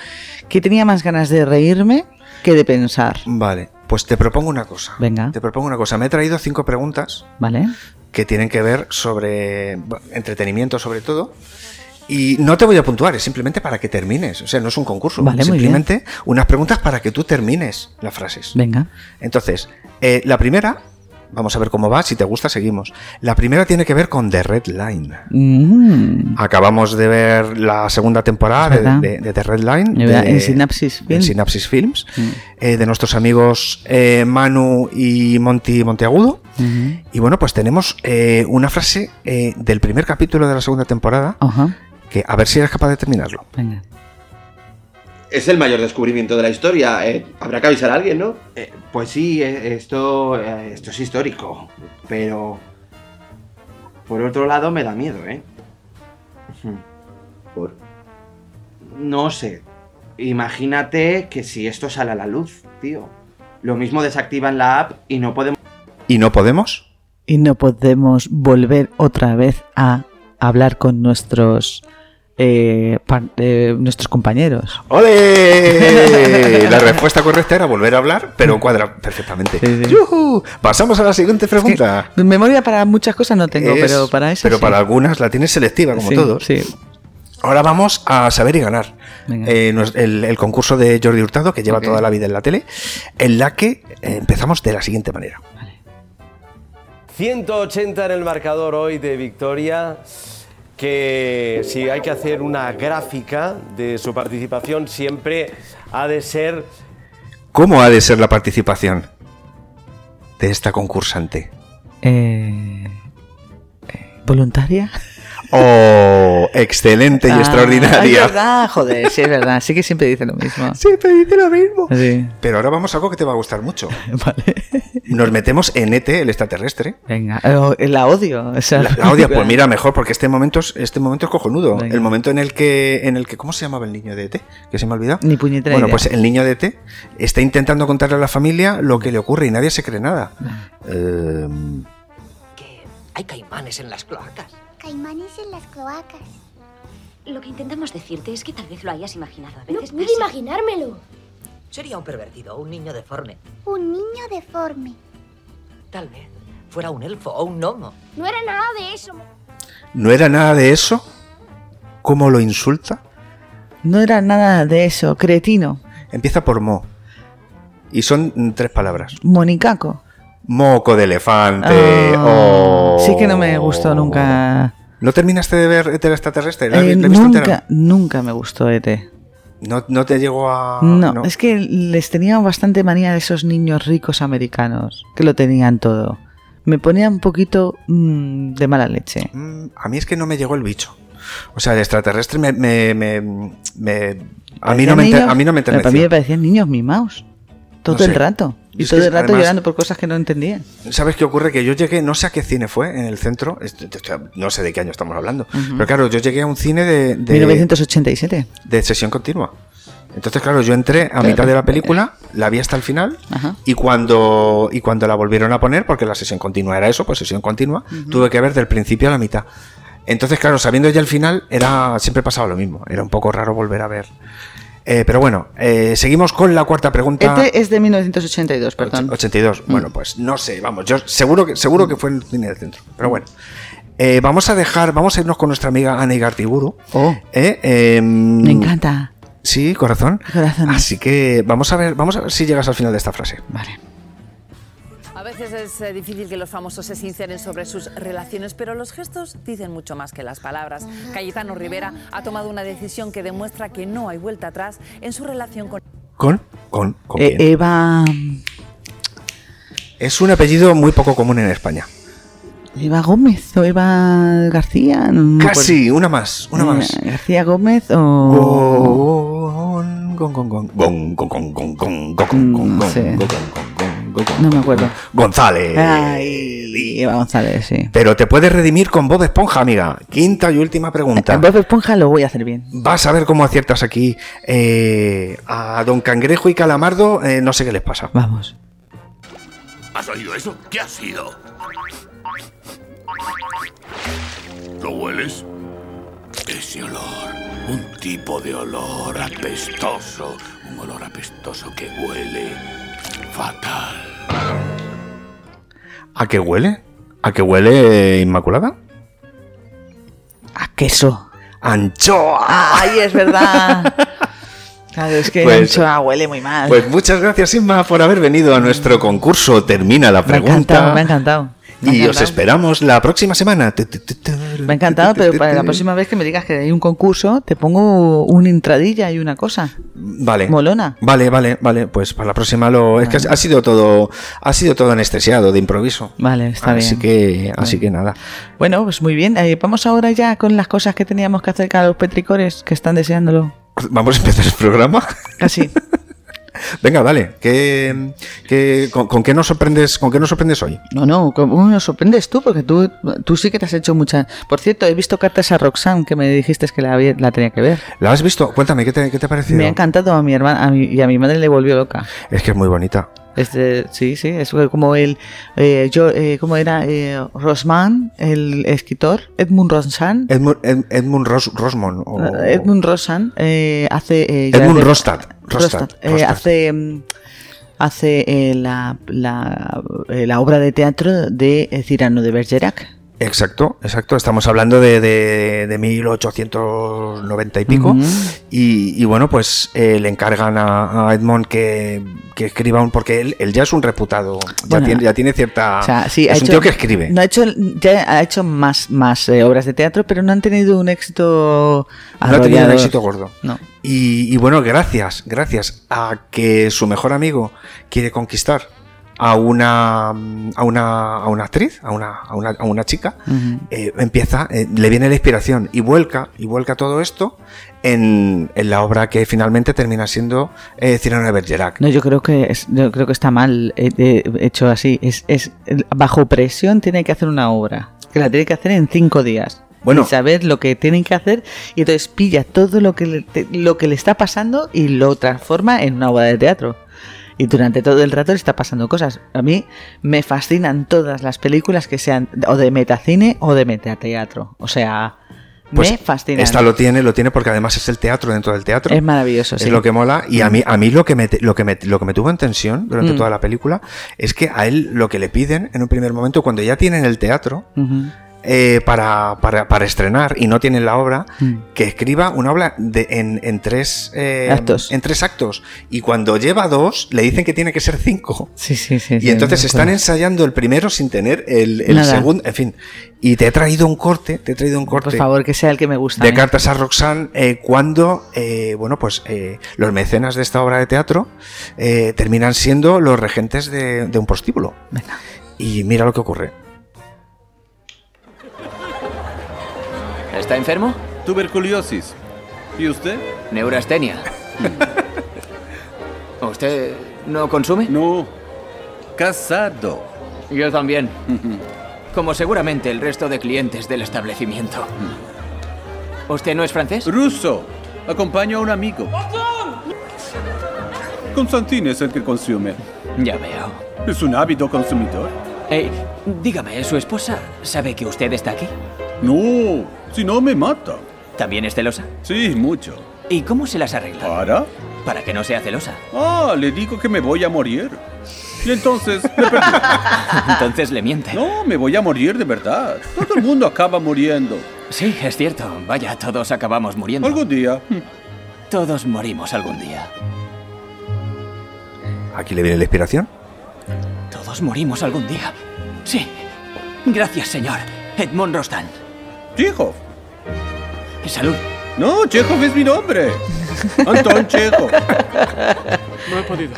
S2: que tenía más ganas de reírme que de pensar.
S1: Vale. Pues te propongo una cosa.
S2: Venga.
S1: Te propongo una cosa. Me he traído cinco preguntas
S2: ¿Vale?
S1: que tienen que ver sobre bueno, entretenimiento sobre todo. Y no te voy a puntuar, es simplemente para que termines. O sea, no es un concurso.
S2: Vale, muy bien.
S1: simplemente unas preguntas para que tú termines las frases.
S2: Venga.
S1: Entonces, eh, la primera, vamos a ver cómo va, si te gusta seguimos. La primera tiene que ver con The Red Line.
S2: Mm.
S1: Ah, Acabamos de ver la segunda temporada
S2: Es verdad.
S1: de, de- de The Red Line.
S2: Es verdad,
S1: de-
S2: en Mm, Synapsis Films.
S1: en Synapsis Films, eh, de nuestros amigos eh, Manu y Monty Monteagudo.
S2: Ujú.
S1: Y bueno, pues tenemos eh, una frase eh, del primer capítulo de la segunda temporada,
S2: Ajá.
S1: que a ver si eres capaz de terminarlo.
S2: Venga.
S4: Es el mayor descubrimiento de la historia. eh. Habrá que avisar a alguien, ¿no? pues sí, eh, esto, eh, esto es histórico. Pero... Por otro lado, me da miedo, ¿eh? ¿Por? No sé. Imagínate que si esto sale a la luz, tío. Lo mismo desactivan la app y no podemos...
S1: ¿Y no podemos?
S2: y no podemos volver otra vez a hablar con nuestros eh, par- eh, nuestros compañeros.
S1: ¡Ole! La respuesta correcta era volver a hablar, pero cuadra perfectamente.
S2: Mm. Sí, sí.
S1: ¡Yujú! Pasamos a la siguiente pregunta.
S2: Memoria para muchas cosas no tengo,
S1: Es-
S2: pero para eso
S1: Pero
S2: sí.
S1: para algunas la tienes selectiva, como
S2: Sí,
S1: todos.
S2: sí.
S1: Ahora vamos a saber y ganar.
S2: Venga.
S1: Eh, nos- el, el concurso de Jordi Hurtado, que lleva
S2: Ok.
S1: toda la vida en la tele, en la que eh, empezamos de la siguiente manera.
S5: 180 en el marcador hoy de Victoria, que si hay que hacer una gráfica de su participación, siempre ha de ser
S1: ¿Cómo ha de ser la participación de esta concursante?
S2: Eh, eh, voluntaria.
S1: ¡Oh! Excelente y
S2: Ah, Es
S1: extraordinaria.
S2: verdad, joder, sí es verdad. Sí que siempre dice lo mismo.
S1: Sí, te dice lo mismo.
S2: Sí.
S1: Pero ahora vamos a algo que te va a gustar mucho.
S2: Vale.
S1: Nos metemos en ET, el extraterrestre.
S2: Venga, eh, la odio. o sea,
S1: La, la odia, pues mira, mejor, porque este momento es, este momento es cojonudo.
S2: Venga.
S1: El momento en el que, en el que, ¿cómo se llamaba el niño de ET? Que se me ha olvidado.
S2: Ni puñetera
S1: Bueno,
S2: idea.
S1: pues el niño de ET está intentando contarle a la familia lo que le ocurre y nadie se cree nada. Em,
S6: que hay caimanes en las cloacas.
S7: Caimanes en las cloacas.
S6: Lo que intentamos decirte es que tal vez lo hayas imaginado. A
S7: No
S6: veces
S7: pude
S6: pasa.
S7: imaginármelo.
S6: Sería un pervertido o un niño deforme.
S7: Un niño deforme.
S6: Tal vez fuera un elfo o un gnomo.
S7: No era nada de eso.
S1: ¿No era nada de eso? ¿Cómo lo insulta? eh.
S2: No era nada de eso. Cretino.
S1: Empieza por mo. Y son mm, tres palabras.
S2: Monicaco.
S1: Moco de elefante.
S2: Ah,
S1: oh.
S2: Sí que no me gustó nunca.
S1: ¿No terminaste de ver ET el extraterrestre? ¿La-
S2: Eh,
S1: la viste
S2: nunca,
S1: entera?
S2: nunca me gustó ET.
S1: ¿No, no te llegó a...?
S2: no, es que les tenía bastante manía de esos niños ricos americanos, que lo tenían todo. Me ponía un poquito mm, de mala leche.
S1: Mm, A mí es que no me llegó el bicho. O sea, el extraterrestre me... me- me- me- a, mí no me enter-
S2: Parecían
S1: a mí no me
S2: niños- Para mí me
S1: enterneció.
S2: parecían niños mimados. Todo
S1: No sé.
S2: el rato. Y
S1: Es
S2: todo
S1: que
S2: el rato
S1: además-
S2: llorando por cosas que no entendía.
S1: ¿Sabes qué ocurre? Que yo llegué, no sé a qué cine fue, en el centro, esto- esto- esto- no sé de qué año estamos hablando, pero claro, yo llegué a un cine de, de-
S2: 1987.
S1: de sesión continua. Entonces, claro, yo entré a mitad de la película, la vi hasta el final,
S2: Eh. Ajá.
S1: y cuando y cuando la volvieron a poner, porque la sesión continua era eso, pues sesión continua, tuve que ver del principio a la mitad. Entonces, claro, sabiendo ya el final, era siempre pasaba lo mismo. Era un poco raro volver a ver. Eh, pero bueno, eh, seguimos con la cuarta pregunta.
S2: Este es de 1982, perdón.
S1: Och- 82.
S2: Mm.
S1: Bueno, pues no sé, vamos, yo seguro que seguro que fue en el cine del centro. Pero bueno. Eh, vamos a dejar, vamos a irnos con nuestra amiga Ana Igartiburu.
S2: Oh.
S1: Eh, eh,
S2: Me encanta.
S1: Sí, corazón.
S2: Corazón.
S1: Así que vamos a ver, vamos a ver si llegas al final de esta frase.
S2: Vale.
S8: A veces es eh, difícil que los famosos se sinceren sobre sus relaciones, pero los gestos dicen mucho más que las palabras. Cayetano Rivera ha tomado una decisión que demuestra que no hay vuelta atrás en su relación con...
S1: Con, con, con
S2: Eh,
S1: quién.
S2: Eva.
S1: Es un apellido muy poco común en España.
S2: Pues Eva Gómez o Eva García. no me
S1: Casi, una más, una
S2: acuerdo.
S1: más. Oh.
S2: Eh, oh. García Gómez o.
S1: Gon, gon, gon, gon, gon, gon, gon, gon, gon, gon, gon, gon,
S2: Mm, No sé.
S1: gon, gon, gon, gon, gon,
S2: No me acuerdo.
S1: González.
S2: Ay, Eva González, sí.
S1: Pero te puedes redimir con Bob Esponja, amiga. Quinta y última pregunta.
S2: En Bob Esponja Eh, lo voy a hacer bien.
S1: Vas a ver cómo aciertas aquí. Eh, a Don Cangrejo y Calamardo, eh, no sé qué les pasa.
S2: Vamos.
S9: ¿Has oído eso? ¿Qué ha sido? ¿Lo hueles? Ese olor. Un tipo de olor apestoso. Un olor apestoso que huele fatal.
S1: ¿A qué huele? ¿A qué huele eh, Inmaculada?
S2: A queso.
S1: ¡Anchoa!
S2: Ay, es verdad. Claro, es que
S1: Pues-
S2: el anchoa huele muy mal.
S1: Pues muchas gracias, Inma, por haber venido a nuestro concurso. Termina la
S2: me ha
S1: pregunta.
S2: encantado, me ha encantado. Me ha
S1: Y os
S2: encantado.
S1: esperamos la próxima semana.
S2: Me ha encantado, pero para la próxima vez que me digas que hay un concurso, te pongo una intradilla y una cosa.
S1: Vale.
S2: Molona.
S1: Vale, vale, vale. Pues para la próxima lo. Es que ha sido todo. Ha sido todo anestesiado de improviso.
S2: Vale, está
S1: así
S2: bien.
S1: Que, así
S2: Vale.
S1: que nada.
S2: Bueno, pues muy bien. eh, vamos ahora ya con las cosas que teníamos que hacer a los petricores que están deseándolo.
S1: Vamos a empezar el programa.
S2: Así.
S1: Venga, vale. ¿Qué, qué- con, con qué nos sorprendes, ¿Con qué nos sorprendes hoy?
S2: No, no, ¿cómo nos sorprendes tú? Porque tú, tú sí que te has hecho muchas. Por cierto, he visto cartas a Roxanne que me dijiste que la, había- la tenía que ver.
S1: ¿La has visto? Cuéntame, ¿qué te, qué te ha parecido?
S2: Me ha encantado a mi hermana a mi- y a mi madre le volvió loca.
S1: Es que es muy bonita.
S2: Este, sí, sí, es como el. Eh, yo, eh, ¿Cómo era? Eh, Rosman, el escritor, Edmund Rosan.
S1: Edmund, Ed- Edmund Ros- Rosmond. o-
S2: Edmund Rosan eh, hace. eh, ya
S1: Oh. Edmund
S2: de-
S1: Rostad, Rostad,
S2: Rostad, eh,
S1: Rostad.
S2: hace. mm, hace eh, la, la, eh, la obra de teatro de eh, Cyrano de Bergerac.
S1: Exacto, exacto. Estamos hablando de, de, de 1890 y pico.
S2: Ujú.
S1: y, y bueno, pues eh, le encargan a, a Edmond que, que escriba un. Porque él, él ya es un reputado. Ya,
S2: Bueno,
S1: tiene, ya tiene cierta.
S2: O sea, sí,
S1: Ah, es un
S2: ha hecho-
S1: tío que escribe.
S2: No ha hecho, ya ha hecho más, más eh, obras de teatro, pero no han tenido un éxito.
S1: No ha tenido un
S2: arrollador.
S1: éxito gordo.
S2: No.
S1: Y, y bueno, gracias, gracias a que su mejor amigo quiere conquistar a una, a una, a una actriz, a una, a una, a una chica,
S2: Ujú.
S1: eh, empieza, eh, le viene la inspiración y vuelca, y vuelca todo esto en, en la obra que finalmente termina siendo eh, Cyrano de Bergerac.
S2: No, yo creo que es- yo creo que está mal eh, eh, hecho así. Es, es bajo presión tiene que hacer una obra que la tiene que hacer en cinco días.
S1: Bueno.
S2: y saber lo que tienen que hacer y entonces pilla todo lo que le, te- lo que le está pasando y lo transforma en una obra de teatro. Y durante todo el rato le está pasando cosas. A mí me fascinan todas las películas que sean o de metacine o de metateatro. O sea, me fascinan.
S1: Esta Pues lo tiene, lo tiene porque además es el teatro dentro del teatro.
S2: Es maravilloso,
S1: Es
S2: sí.
S1: lo que mola. Y a mí, a mí lo, que me, te- lo, que me, lo que me tuvo en tensión durante
S2: Mm.
S1: toda la película es que a él lo que le piden en un primer momento, cuando ya tienen el teatro
S2: Ujú.
S1: eh, para, para- para estrenar y no tienen la obra,
S2: Mm.
S1: que escriba una obra de- en, en tres, eh,
S2: Actos.
S1: en tres actos. Y cuando lleva dos, le dicen que tiene que ser cinco.
S2: Sí, sí, sí.
S1: Y entonces están ensayando el primero sin tener el, el
S2: Nada.
S1: segundo. En fin. Y te he traído un corte, te he traído un corte
S2: Por favor, que sea el que me gusta.
S1: de
S2: ¿eh?
S1: cartas a Roxanne eh, cuando eh, bueno pues eh, los mecenas de esta obra de teatro eh, terminan siendo los regentes de, de un prostíbulo y mira lo que ocurre
S10: ¿Está enfermo?
S11: Tuberculosis. ¿Y usted?
S10: Neurastenia. Mm. ¿Usted no consume? No. Casado. Yo también. Como seguramente el resto de clientes del establecimiento. ¿Usted no es francés?
S11: Ruso. Acompaño a un amigo. Constantine es el que consume.
S10: Ya veo.
S11: Es un ávido consumidor.
S10: Eh, dígame, ¿su esposa sabe que usted está aquí?
S11: No, si no me mata.
S10: ¿También es celosa?
S11: Sí, mucho.
S10: ¿Y cómo se las arregla?
S11: ¿Para?
S10: Para que no sea celosa.
S11: Ah, le digo que me voy a morir. Y entonces me perdí.
S10: Entonces le miente.
S11: No, me voy a morir de verdad. Todo el mundo acaba muriendo.
S10: Sí, es cierto. Vaya, todos acabamos muriendo.
S11: Algún día.
S10: Todos morimos algún día.
S1: aquí le viene la inspiración
S10: Todos morimos algún día. Sí. Gracias, señor. Edmond Rostand.
S11: Chekhov.
S10: Salud.
S11: No, Chekhov es mi nombre. Anton Chekhov.
S12: No he podido.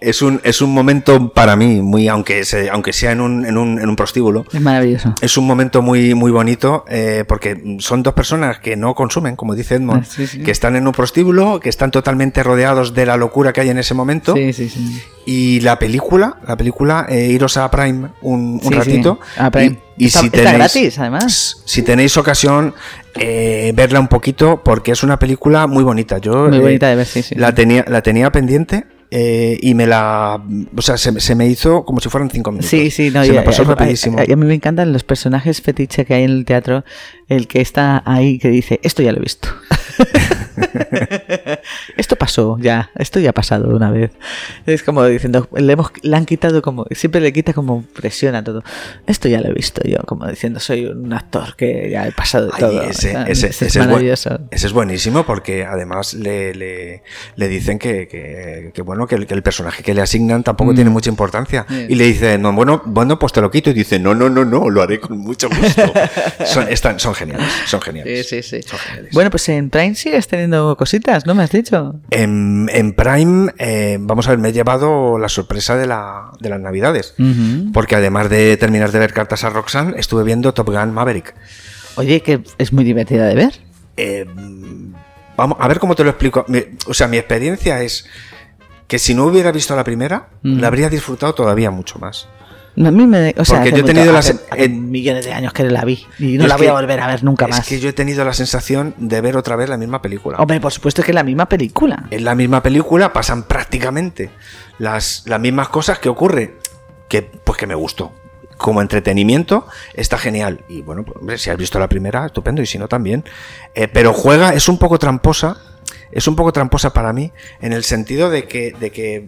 S1: es un es un momento para mí muy aunque se- aunque sea en un, en un, en un prostíbulo
S2: Es maravilloso.
S1: es un momento muy, muy bonito eh, porque son dos personas que no consumen, como dice Edmond,
S2: Ah, sí, sí.
S1: que están en un prostíbulo, que están totalmente rodeados de la locura que hay en ese momento.
S2: Sí, sí, sí.
S1: Y la película, la película, eh, iros a Prime un, un
S2: Sí, sí,
S1: ratito.
S2: a Prime.
S1: Y, y
S2: Está-
S1: si
S2: está
S1: tenéis,
S2: gratis, además.
S1: Si tenéis ocasión, eh, verla un poquito porque es una película muy bonita. Yo,
S2: Muy
S1: eh,
S2: bonita de ver, sí, sí.
S1: La tenía, la tenía pendiente. eh, y me la. O sea, se, me- se me hizo como si fueran cinco minutos.
S2: Sí, sí, no, eh,
S1: Se
S2: y-
S1: me pasó
S2: y- y-
S1: rapidísimo.
S2: y a mí me encantan los personajes fetiche que hay en el teatro. El que está ahí que dice, esto ya lo he visto. esto pasó ya, esto ya ha pasado una vez. Es como diciendo, le, hemos, le han quitado como, siempre le quita como presión a todo. Esto ya lo he visto yo, como diciendo, soy un actor que ya he pasado de
S1: Ay,
S2: todo.
S1: ese,
S2: Ah,
S1: ese-
S2: ese
S1: ese
S2: es
S1: es buen-
S2: maravilloso.
S1: ese es buenísimo porque además le, le- le dicen que, que- que bueno que el, que el personaje que le asignan tampoco
S2: Mm.
S1: tiene mucha importancia.
S2: Bien.
S1: Y le dice, no, bueno, bueno, pues te lo quito. Y dice, no, no, no, no, lo haré con mucho gusto. son, están, son geniales, son geniales.
S2: Sí, sí, sí. Bueno, pues en Prime sigues teniendo cositas, ¿no me has dicho?
S1: En, en Prime, eh, vamos a ver, me he llevado la sorpresa de, la- de las navidades.
S2: Ujú.
S1: Porque además de terminar de ver cartas a Roxanne, estuve viendo Top Gun Maverick.
S2: Pues, Oye, que es muy divertida de ver.
S1: Eh, vamos, a ver cómo te lo explico. Mi- o sea, mi experiencia es que si no hubiera visto la primera,
S2: Ujú.
S1: la habría disfrutado todavía mucho más.
S2: No, a mí me. O sea,
S1: Porque
S2: hace
S1: yo he tenido la
S2: hace
S1: sen-
S2: hace
S1: eh,
S2: millones de años que la vi. Y no
S1: Es
S2: la voy
S1: que-
S2: a volver a ver nunca más.
S1: Es que yo he tenido la sensación de ver otra vez la misma película.
S2: Hombre, por supuesto que es la misma película.
S1: En la misma película pasan prácticamente las, las mismas cosas que ocurre. Que, pues que me gustó. Como entretenimiento está genial. Y bueno, pues, hombre, si has visto la primera, estupendo. Y si no, también. Eh, pero juega, es un poco tramposa. Es un poco tramposa para mí. En el sentido de que, de que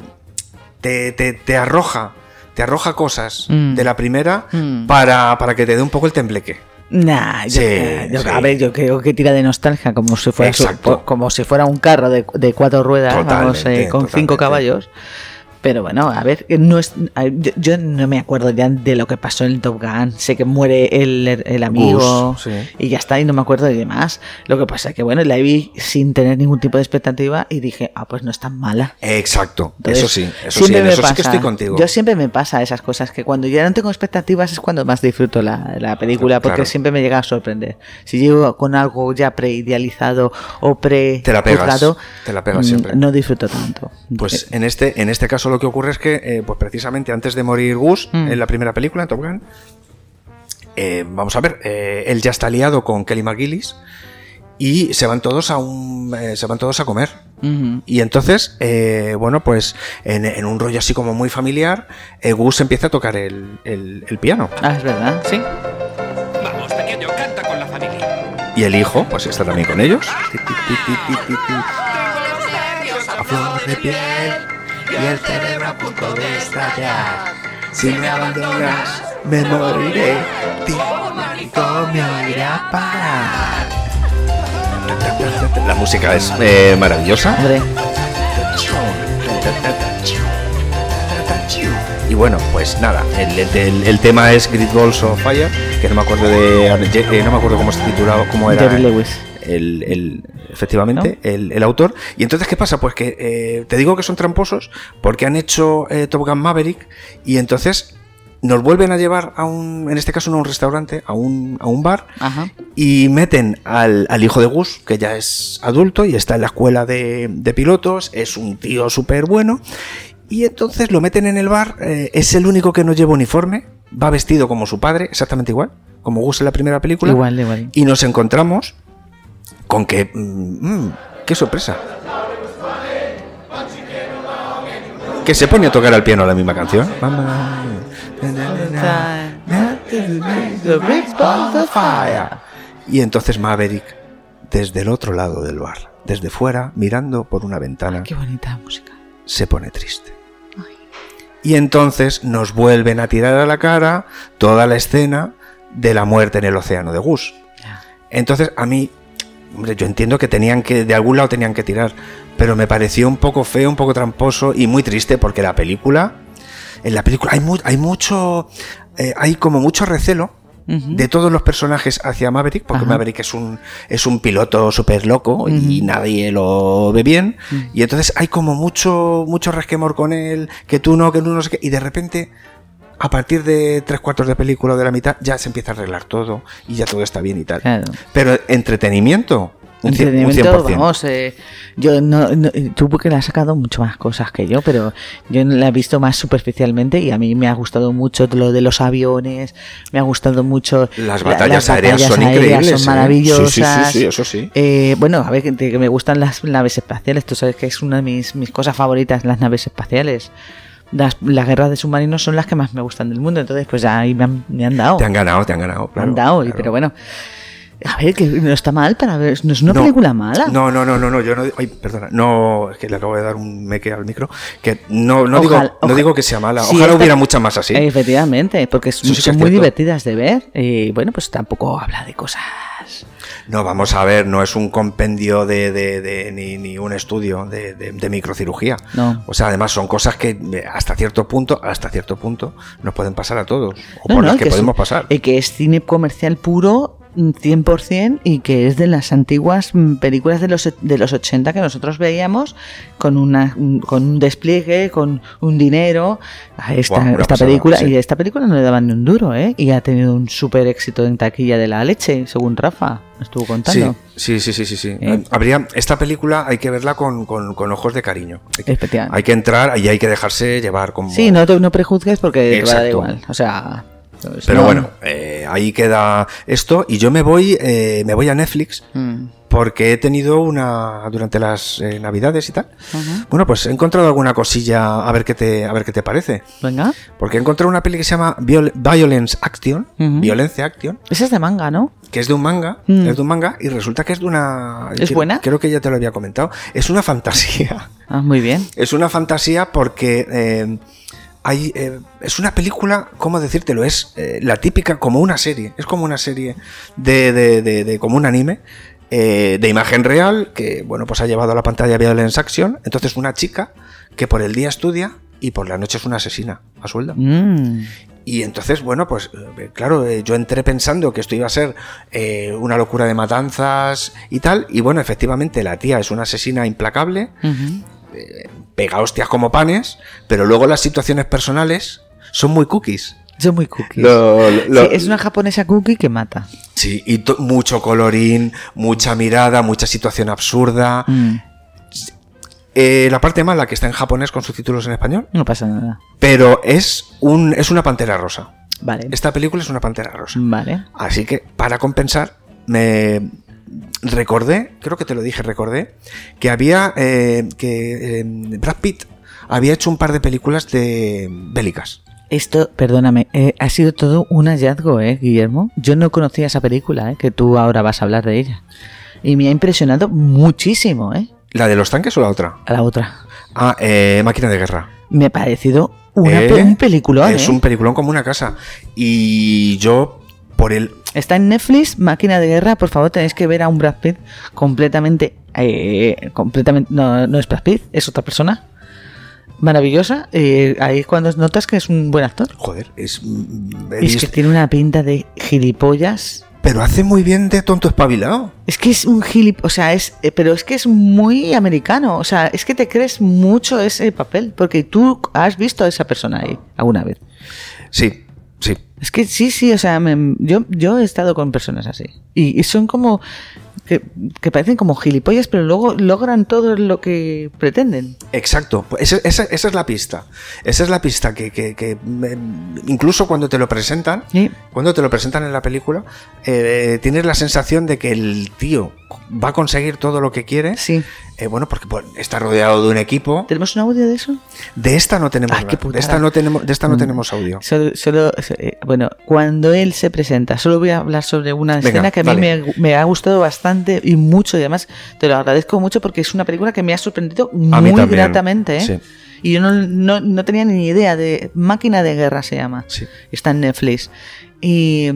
S1: te, te- te arroja. Te arroja cosas
S2: Mm.
S1: de la primera
S2: Mm.
S1: para, para que te dé un poco el tembleque.
S2: Nah, yo,
S1: Sí,
S2: yo-
S1: sí.
S2: a ver, yo creo que tira de nostalgia como si fuera, su-
S1: Exacto.
S2: como si fuera un carro de, de cuatro ruedas vamos,
S1: Totalmente,
S2: eh, con cinco
S1: totalmente.
S2: caballos. Pero bueno, a ver, eh, no es, a- yo, yo no me acuerdo ya de lo que pasó en el Top Gun. Sé que muere el, el amigo
S1: Gus, sí.
S2: y ya está, y no me acuerdo de demás. Lo que pasa es que, bueno, la vi sin tener ningún tipo de expectativa y dije, ah, pues no es tan mala.
S1: Exacto.
S2: Entonces,
S1: eso sí. Eso sí.
S2: siempre
S1: En
S2: me
S1: eso sí que
S2: pasa.
S1: estoy contigo.
S2: Yo siempre me pasa esas cosas, que cuando ya no tengo expectativas es cuando más disfruto la, la película, porque
S1: Claro.
S2: siempre me llega a sorprender. Si llego con algo ya preidealizado o pre
S1: Te la pegas,
S2: juzgado,
S1: te la pegas
S2: mm,
S1: siempre.
S2: No disfruto tanto.
S1: Pues en este, en este caso lo que ocurre es que, eh, pues precisamente antes de morir Gus,
S2: Mm.
S1: en la primera película, en Top Gun, eh, vamos a ver, eh, él ya está liado con Kelly McGillis y se van todos a un, eh, se van todos a comer.
S2: Ujú.
S1: Y entonces, eh, bueno, pues en, en un rollo así como muy familiar, eh, Gus empieza a tocar el, el- el piano.
S2: Ah, es verdad, sí.
S9: Vamos, pequeño, canta con la familia.
S1: Y el hijo, pues está también con ellos. Ti, ti, ti, ti, ti, ti, ti.
S9: A flor de piel y el cerebro a punto de estallar. Si me abandonas,
S1: me moriré.
S9: tu manicomio irá a parar.
S1: La música es eh, maravillosa.
S2: Hombre.
S1: Y bueno, pues nada, el, el- el tema es Great Balls of Fire, que no me acuerdo de eh, no me acuerdo cómo se titulaba, cómo era.
S2: Jerry Lewis.
S1: El, el- efectivamente, el, el autor. Y entonces, ¿qué pasa? Pues que eh, te digo que son tramposos porque han hecho eh, Top Gun Maverick y entonces nos vuelven a llevar a un, en este caso no a un restaurante, a un, a un bar
S2: Ajá.
S1: y meten al, al hijo de Gus, que ya es adulto y está en la escuela de, de pilotos, es un tío súper bueno. Y entonces lo meten en el bar, eh, es el único que no lleva uniforme, va vestido como su padre, exactamente igual, como Gus en la primera película.
S2: Igual, igual.
S1: Y nos encontramos con que... mm, mm, ¡Qué sorpresa! Que se pone a tocar al piano la misma canción. Mamá, Ah. Y entonces Maverick, desde el otro lado del bar, desde fuera, mirando por una ventana,
S2: Qué bonita música.
S1: se pone triste. Y entonces nos vuelven a tirar a la cara toda la escena de la muerte en el océano de Gus. Entonces a mí, hombre, yo entiendo que tenían que, de algún lado tenían que tirar, pero me pareció un poco feo, un poco tramposo y muy triste porque la película, en la película hay, mu- hay mucho, eh, hay como mucho recelo
S2: Ujú.
S1: de todos los personajes hacia Maverick, porque
S2: Ajá.
S1: Maverick es un, es un piloto súper loco y nadie lo ve bien. Y entonces hay como mucho, mucho resquemor con él, que tú no, que tú no sé qué. Y de repente, a partir de tres cuartos de película o de la mitad, ya se empieza a arreglar todo y ya todo está bien y tal.
S2: Claro.
S1: Pero entretenimiento, un cien- un
S2: Entretenimiento,
S1: 100%.
S2: vamos, eh, yo no, no- tú porque le has sacado mucho más cosas que yo, pero yo la he visto más superficialmente y a mí me ha gustado mucho lo de los aviones, me ha gustado mucho
S1: Las
S2: la-
S1: batallas aéreas son increíbles,
S2: son
S1: ¿eh?
S2: maravillosas.
S1: Sí, sí, sí, sí, eso sí.
S2: Eh, bueno, a ver, que, que me gustan las naves espaciales, tú sabes que es una de mis, mis cosas favoritas, las naves espaciales. Las, las guerras de submarinos son las que más me gustan del mundo, entonces pues ya ahí me han, me han dado.
S1: Te han ganado, te han ganado.
S2: Me
S1: claro,
S2: han dado, y-
S1: claro.
S2: pero bueno. A ver, que no está mal para ver, no es una
S1: No.
S2: película mala.
S1: No, no, no, no, no, yo no. Ay, perdona. No, es que le acabo de dar un meque al micro. Que no, no, digo,
S2: Ojalá-
S1: no
S2: oja-
S1: digo que sea mala.
S2: Sí,
S1: ojalá
S2: esta- eh,
S1: hubiera muchas más así.
S2: Efectivamente, porque son,
S1: Eso sí que
S2: son
S1: es
S2: muy
S1: cierto.
S2: divertidas de ver. Y bueno, pues tampoco habla de cosas.
S1: No, vamos a ver, no es un compendio de, de- de- ni, ni un estudio de, de- de microcirugía.
S2: No.
S1: O sea, además son cosas que eh, hasta cierto punto, hasta cierto punto, nos pueden pasar a todos. O
S2: No,
S1: por
S2: no,
S1: las que,
S2: que es-
S1: podemos pasar.
S2: eh, que es cine comercial puro 100% y que es de las antiguas mm, películas de los, de los 80 que nosotros veíamos con, una, un- con un despliegue, con un dinero. A esta,
S13: Buah, una
S2: esta
S13: pasada,
S2: película,
S13: sí.
S2: y a esta película no le daban ni un duro, ¿eh? Y ha tenido un súper éxito en taquilla de la leche, según Rafa estuvo contando. Eh,
S1: Sí, sí, sí, sí, sí. Habría, esta película hay que verla con, con- con ojos de cariño. Hay que,
S2: Especial.
S1: hay que entrar y hay que dejarse llevar como...
S2: Sí, no, te, no prejuzgues porque te va a dar
S1: Exacto.
S2: igual. O sea. pues,
S1: Pero
S2: no.
S1: bueno, eh, ahí queda esto y yo me voy, eh, me voy a Netflix
S2: Mm.
S1: porque he tenido una durante las eh, navidades y tal. Bueno, pues he encontrado alguna cosilla a ver qué te, a ver qué te parece.
S2: Venga.
S1: Porque he encontrado una peli que se llama Viol- Violence Action,
S2: Ujú.
S1: Violencia Action,
S2: Esa es de manga, ¿no?
S1: que es de un manga,
S2: Mm.
S1: es de un manga y resulta que es de una.
S2: ¿Es
S1: creo-
S2: buena?
S1: Creo que ya te lo había comentado. Es una fantasía.
S2: Ah, muy bien.
S1: Es una fantasía porque eh, hay, eh, es una película, ¿cómo decírtelo? Es eh, la típica, como una serie. Es como una serie de, de- de- de- como un anime. eh, de imagen real, que bueno, pues ha llevado a la pantalla Violence Action. Entonces, una chica que por el día estudia y por la noche es una asesina a sueldo.
S2: Mm.
S1: Y entonces, bueno, pues eh, claro, eh, yo entré pensando que esto iba a ser eh, una locura de matanzas y tal. Y bueno, efectivamente, la tía es una asesina implacable pega hostias como panes, pero luego las situaciones personales son muy cookies.
S2: Son muy cookies.
S1: Lo- lo- lo-
S2: Sí, es una japonesa cookie que mata.
S1: Sí, y to- mucho colorín, mucha mirada, mucha situación absurda. Eh, la parte mala que está en japonés con sus títulos en español,
S2: No pasa nada.
S1: pero es, un, es una pantera rosa.
S2: Vale.
S1: Esta película es una pantera rosa.
S2: Vale.
S1: Así que, para compensar, me recordé, creo que te lo dije, recordé, que había, eh, que eh, Brad Pitt había hecho un par de películas de bélicas.
S2: Esto, perdóname, eh, ha sido todo un hallazgo, ¿eh, Guillermo? Yo no conocía esa película, ¿eh? Que tú ahora vas a hablar de ella. Y me ha impresionado muchísimo, ¿eh?
S1: ¿La de los tanques o la otra?
S2: A la otra.
S1: Ah, eh, Máquina de Guerra.
S2: Me ha parecido una,
S1: Eh,
S2: pe- un peliculón,
S1: Es
S2: ¿eh?
S1: un peliculón como una casa. Y yo, por el.
S2: Está en Netflix, Máquina de Guerra. Por favor, tenéis que ver a un Brad Pitt completamente. eh, completamente no, no es Brad Pitt, es otra persona. Maravillosa. Eh, ahí es cuando notas que es un buen actor.
S1: Joder, es. mm, he
S2: Eh, Y es que
S1: visto-
S2: tiene una pinta de gilipollas.
S1: Pero hace muy bien de tonto espabilado.
S2: Es que es un gilip, o sea, es, eh, pero es que es muy americano, o sea, es que te crees mucho ese papel, porque tú has visto a esa persona ahí alguna vez.
S1: Sí, sí.
S2: Es que sí, sí, o sea, me- yo, yo he estado con personas así. Y, y son como, que, que parecen como gilipollas, pero luego logran todo lo que pretenden.
S1: Exacto, esa, esa- esa es la pista. Esa es la pista que, que- que, mm, incluso cuando te lo presentan, cuando te lo presentan en la película, eh, tienes la sensación de que el tío va a conseguir todo lo que quiere.
S2: Sí.
S1: bueno, porque pues, está rodeado de un equipo.
S2: ¿Tenemos un audio de eso?
S1: De esta no tenemos.
S2: Ay,
S1: nada.
S2: Ah, qué
S1: de
S2: putada.
S1: esta no tenemos, de esta no
S2: Mm.
S1: tenemos audio.
S2: Solo, solo- eh, bueno, cuando él se presenta, solo voy a hablar sobre una
S1: Venga,
S2: escena que a mí
S1: dale.
S2: me, me ha gustado bastante y mucho, y además te lo agradezco mucho porque es una película que me ha sorprendido
S1: A mí
S2: muy
S1: también,
S2: gratamente. ¿eh?
S1: sí.
S2: Y yo no, no- no tenía ni idea de Máquina de Guerra se llama. Está en Netflix. Y,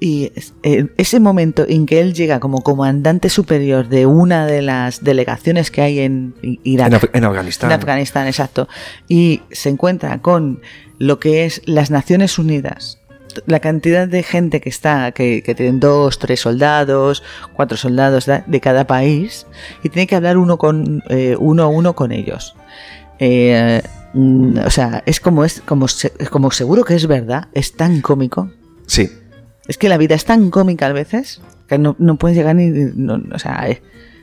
S2: y es- eh, ese momento en que él llega como comandante superior de una de las delegaciones que hay en I- Irak.
S1: En Af- en Afganistán.
S2: En Afganistán, exacto. Y se encuentra con lo que es las Naciones Unidas. La cantidad de gente que está, que, que tienen dos, tres soldados, cuatro soldados da- de cada país, y tiene que hablar uno con eh, uno a uno con ellos. Eh, mm, o sea, es como es como, se- como seguro que es verdad, es tan cómico.
S1: Sí.
S2: Es que la vida es tan cómica a veces que no, no puedes llegar ni. no- no, o sea, eh,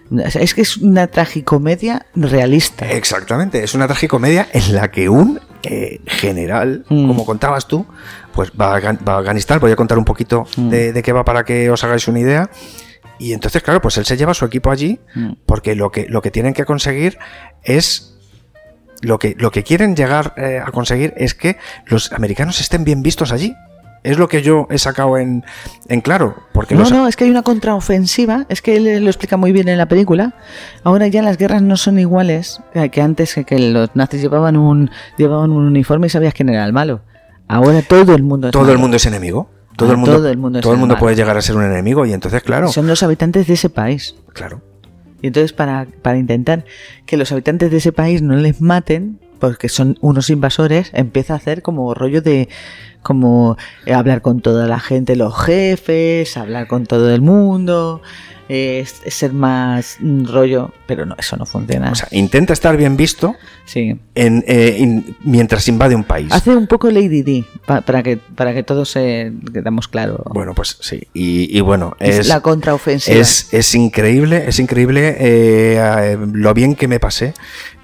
S2: no, o sea, es que es una tragicomedia realista.
S1: Eh, Exactamente, es una tragicomedia en la que un eh, general,
S2: Mm.
S1: como contabas tú, pues va a, Gan- va a Afganistán. Voy a contar un poquito
S2: Mm.
S1: de, de qué va para que os hagáis una idea. Y entonces, claro, pues él se lleva a su equipo allí
S2: Mm.
S1: porque lo que, lo que tienen que conseguir es. Lo que, lo que quieren llegar eh, a conseguir es que los americanos estén bien vistos allí. Es lo que yo he sacado en, en claro. Porque
S2: No,
S1: los,
S2: no, es que hay una contraofensiva, es que él eh, lo explica muy bien en la película. Ahora ya las guerras no son iguales que que antes, que, que los nazis llevaban un, llevaban un uniforme y sabías quién era el malo. Ahora todo el mundo es
S1: todo el
S2: malo.
S1: mundo es enemigo. Todo
S2: Ah,
S1: el mundo,
S2: todo el mundo es
S1: todo el mundo
S2: enemigo.
S1: puede llegar a ser un enemigo. Y entonces, claro.
S2: Son los habitantes de ese país.
S1: Claro.
S2: Y entonces para, para intentar que los habitantes de ese país no les maten, porque son unos invasores, empieza a hacer como rollo de como eh, hablar con toda la gente, los jefes, hablar con todo el mundo, eh, es- es ser más mm, rollo, pero no, eso no funciona.
S1: O sea, intenta estar bien visto en, eh, in- mientras invade un país.
S2: Hace un poco Lady D, pa- para que para que todos se quedamos claro.
S1: Bueno, pues sí. Y, y bueno,
S2: Es
S1: es
S2: la contraofensiva.
S1: Es, es increíble, es increíble eh, eh, lo bien que me pasé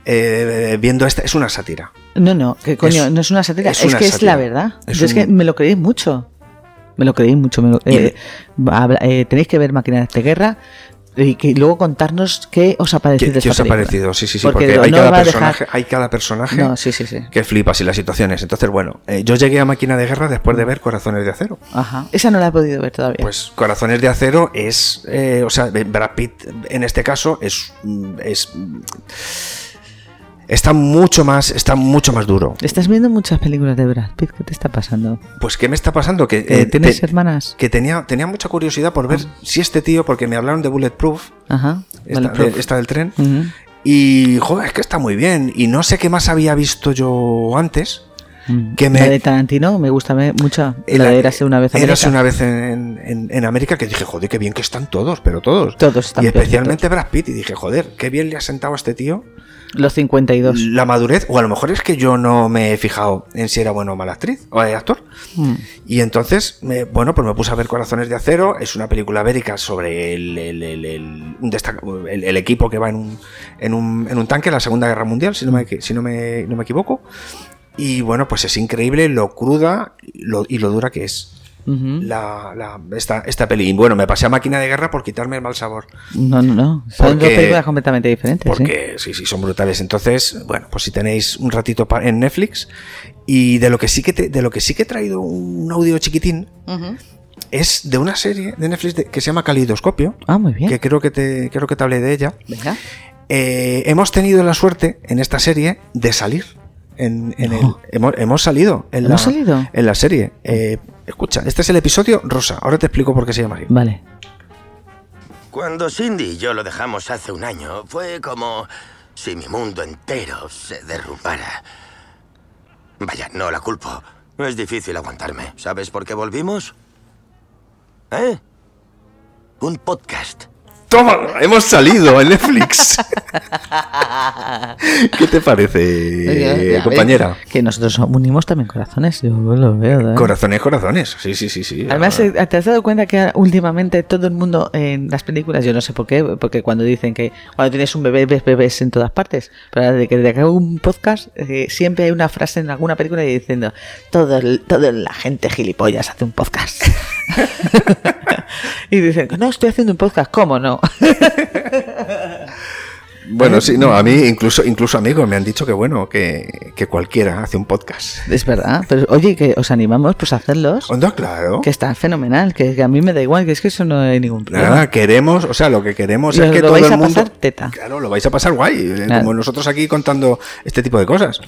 S1: eh, viendo esta. Es una sátira.
S2: No, no, que coño,
S1: Es-
S2: no es una sátira,
S1: es
S2: es,
S1: una
S2: que es
S1: sátira.
S2: la verdad.
S1: Es
S2: Yo es
S1: un-
S2: que me lo creí mucho. Me lo creí mucho. me lo- eh, habla- eh, tenéis que ver Máquinas de Guerra y que luego contarnos qué os ha parecido.
S1: ¿Qué, qué
S2: esta
S1: os ha
S2: película.
S1: parecido? Sí, sí, sí, porque,
S2: no
S1: hay, cada
S2: va a
S1: personaje,
S2: dejar-
S1: hay cada personaje
S2: No, sí, sí, sí.
S1: que flipas y las situaciones. Entonces, bueno, eh, yo llegué a Máquina de Guerra después de ver Corazones de Acero.
S2: Ajá. Esa no la he podido ver todavía.
S1: Pues Corazones de Acero es, eh, o sea, Brad Pitt en este caso es, mm, es está mucho más, está mucho más duro.
S2: Estás viendo muchas películas de Brad Pitt. ¿Qué te está pasando?
S1: Pues qué me está pasando que
S2: Eh, Ah.
S1: eh,
S2: ¿Tienes
S1: te-
S2: hermanas?
S1: que tenía tenía mucha curiosidad por ver si este tío, porque me hablaron de Bulletproof,
S2: Ajá.
S1: esta,
S2: Bulletproof. Mm.
S1: de- esta del tren,
S2: Ujú.
S1: y joder, es que está muy bien y no sé qué más había visto yo antes. Que me,
S2: La de Tarantino me gusta me- mucho. La de Érase una vez
S1: Érase
S2: América.
S1: una vez en, en- en América que dije, joder, qué bien que están todos, pero todos.
S2: Todos están
S1: Y
S2: bien,
S1: especialmente Brad Pitt. Y dije, joder, qué bien le ha sentado a este tío
S2: Los 52.
S1: la madurez. O a lo mejor es que yo no me he fijado en si era bueno o mala actriz o eh, actor.
S2: Mm.
S1: Y entonces, me- bueno, pues me puse a ver Corazones de Acero. Es una película bélica sobre el, el- el- el- un destaca- el- el equipo que va en un, en, un, en un tanque en la Segunda Guerra Mundial, si no me, equi- si no me, no me equivoco. Y bueno, pues es increíble lo cruda y lo- y lo dura que es
S2: Ujú.
S1: la, la- esta, esta peli. Y bueno, me pasé a Máquina de Guerra por quitarme el mal sabor.
S2: No, no, no. Son
S1: Porque-
S2: dos películas completamente diferentes. ¿eh?
S1: Porque sí, sí, son brutales. Entonces, bueno, pues si tenéis un ratito pa- en Netflix. Y de lo que sí que te- de lo que sí que he traído un audio chiquitín es de una serie de Netflix de- que se llama Calidoscopio.
S2: Ah, muy bien.
S1: Que creo que te, creo que te hablé de ella.
S2: Venga.
S1: Eh, hemos tenido la suerte en esta serie de salir. En, en el- hemos, hemos salido en
S2: Oh. ¿Hemos
S1: la,
S2: salido?
S1: en la serie. Eh, escucha, este es el episodio Rosa. Ahora te explico por qué se llama así.
S2: Vale.
S14: Cuando Cindy y yo lo dejamos hace un año, fue como si mi mundo entero se derrumbara. Vaya, no la culpo. Es difícil aguantarme. ¿Sabes por qué volvimos? ¿Eh? Un podcast.
S1: ¡Toma! Hemos salido en Netflix. ¿Qué te
S2: Oye,
S1: parece,
S2: a
S1: Eh, compañera?
S2: ver, que nosotros unimos también corazones. Yo lo veo. ¿eh?
S1: Corazones, corazones. Sí, sí, sí, sí.
S2: Además, eh, ¿te has dado cuenta que últimamente todo el mundo en las películas, yo no sé por qué, porque cuando dicen que cuando tienes un bebé ves bebés en todas partes, pero desde que, desde que hago un podcast eh, siempre hay una frase en alguna película y diciendo, todo el- toda la gente gilipollas hace un podcast. y dicen, no, estoy haciendo un podcast, ¿cómo no? Ah.
S1: Bueno, sí, no, a mí incluso, incluso amigos me han dicho que bueno, que, que cualquiera hace un podcast.
S2: Es verdad, pero oye, que os animamos pues a hacerlos.
S1: Onda, claro.
S2: Que está fenomenal, que, que a mí me da igual, que es que eso no hay ningún problema.
S1: Nada, queremos, o sea, lo que queremos
S2: Y
S1: es
S2: os
S1: que
S2: lo
S1: todo
S2: vais
S1: el
S2: a
S1: mundo.
S2: pasar teta.
S1: Claro, lo vais a pasar guay, eh,
S2: Claro. Mm.
S1: como nosotros aquí contando este tipo de cosas.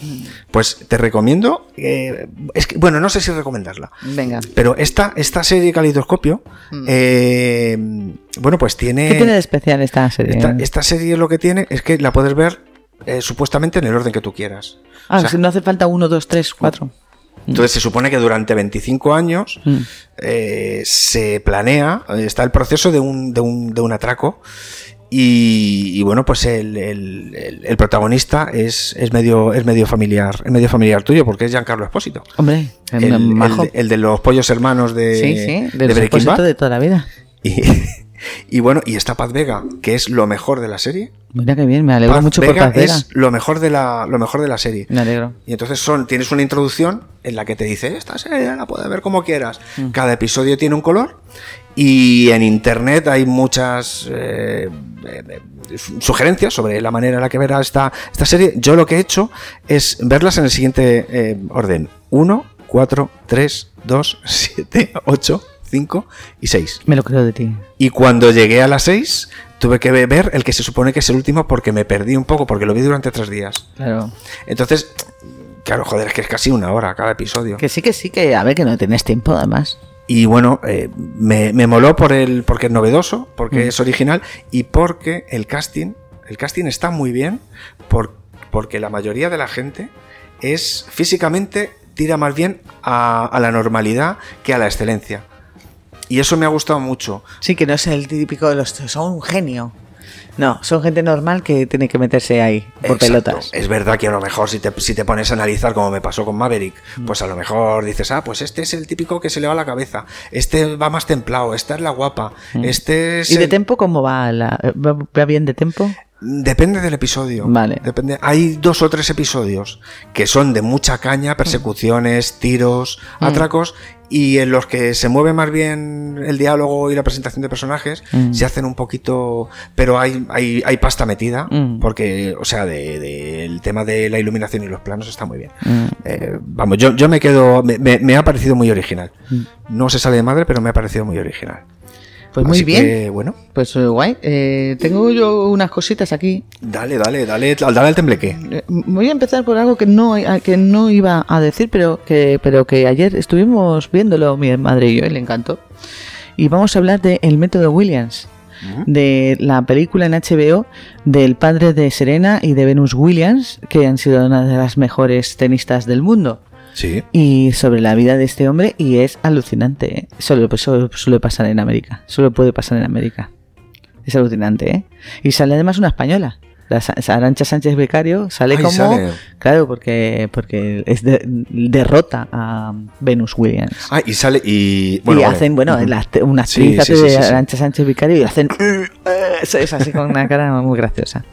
S1: Pues te recomiendo, eh, es que, bueno, no sé si recomendarla,
S2: Venga.
S1: pero esta, esta serie Calidoscopio, eh, bueno, pues tiene.
S2: ¿Qué tiene de especial esta serie?
S1: Esta, esta serie lo que tiene es que la puedes ver eh, supuestamente en el orden que tú quieras.
S2: Ah,
S1: o sea,
S2: si no hace falta uno, dos, tres, cuatro.
S1: Entonces se supone que durante 25 años
S2: Mm.
S1: eh, se planea, eh, está el proceso de un, de un, de un atraco. Y, y bueno, pues el, el- el- el protagonista es, es medio, es medio familiar, es medio familiar tuyo, porque es Giancarlo Espósito.
S2: Hombre,
S1: El,
S2: el, majo.
S1: el de- el de los pollos hermanos de,
S2: sí, sí,
S1: de
S2: del
S1: Breaking
S2: propósito
S1: Bad.
S2: de toda la vida.
S1: Y, y bueno, y está Paz Vega, que es lo mejor de la serie.
S2: Mira qué bien, me alegro
S1: Paz
S2: mucho
S1: Vega
S2: por Paz Vega.
S1: es lo mejor de la, lo mejor de la serie.
S2: Me alegro.
S1: Y entonces son, tienes una introducción en la que te dice, esta serie la puedes ver como quieras.
S2: Mm.
S1: Cada episodio tiene un color y en internet hay muchas eh, eh, su- sugerencias sobre la manera en la que verás esta, esta serie. Yo lo que he hecho es verlas en el siguiente eh, orden. 1, 4, 3, 2, 7, 8, 5 y 6.
S2: Me lo creo de ti.
S1: Y cuando llegué a las 6, tuve que ver el que se supone que es el último porque me perdí un poco, porque lo vi durante tres días.
S2: Claro.
S1: Entonces, claro, joder, es que es casi una hora cada episodio.
S2: Que sí, que sí, que a ver que no tenés tiempo además.
S1: Y bueno, eh, me, me moló por el, porque es novedoso, porque
S2: Mm.
S1: es original y porque el casting, el casting está muy bien por- porque la mayoría de la gente es físicamente tira más bien a, a la normalidad que a la excelencia. Y eso me ha gustado mucho.
S2: Sí, que no es el típico de los son un genio. No, son gente normal que tiene que meterse ahí por
S1: Exacto.
S2: pelotas.
S1: Es verdad que a lo mejor si te, si te pones a analizar como me pasó con Maverick,
S2: Mm.
S1: pues a lo mejor dices, ah, pues este es el típico que se le va la cabeza, este va más templado, esta es la guapa, este es...
S2: Mm. ¿Y de
S1: el-
S2: tempo cómo va? La, va, va bien de tempo?
S1: Depende del episodio. Vale. Depende. Hay dos o tres episodios que son de mucha caña, persecuciones, tiros,
S2: Mm.
S1: atracos, y en los que se mueve más bien el diálogo y la presentación de personajes,
S2: Mm.
S1: se hacen un poquito. Pero hay, hay, hay pasta metida,
S2: Mm.
S1: porque, o sea, del de, el tema de la iluminación y los planos está muy bien.
S2: Mm.
S1: Eh, vamos, yo, yo me quedo. Me, me- me ha parecido muy original. No se sale de madre, pero me ha parecido muy original.
S2: Mm. Pues muy
S1: Así
S2: bien.
S1: que, bueno,
S2: Pues eh, guay. Eh, tengo yo unas cositas aquí.
S1: dale, dale, dale, dale al tembleque.
S2: Eh, Voy a empezar por algo que no, a- que no iba a decir, pero que, pero que ayer estuvimos viéndolo mi madre y yo, y le encantó. Y vamos a hablar de El método Williams, de la película en HBO del padre de Serena y de Venus Williams, que han sido una de las mejores tenistas del mundo.
S1: Sí.
S2: Y sobre la vida de este hombre, y es alucinante. ¿eh? Solo, solo suele pasar en América. Solo puede pasar en América. Es alucinante, ¿eh? Y sale además una española. La Sa- Arancha Sánchez Becario sale
S1: Ay,
S2: como.
S1: sale.
S2: Claro, porque, porque es de- derrota a Venus Williams.
S1: Ah, y sale y. Bueno,
S2: y
S1: vale.
S2: hacen, bueno,
S1: Ujú.
S2: la act- una
S1: Sí,
S2: actriz
S1: sí,
S2: hace
S1: sí,
S2: de
S1: sí, sí.
S2: Arancha Sánchez Vicario y hacen. uh, Eso es así con una cara muy graciosa.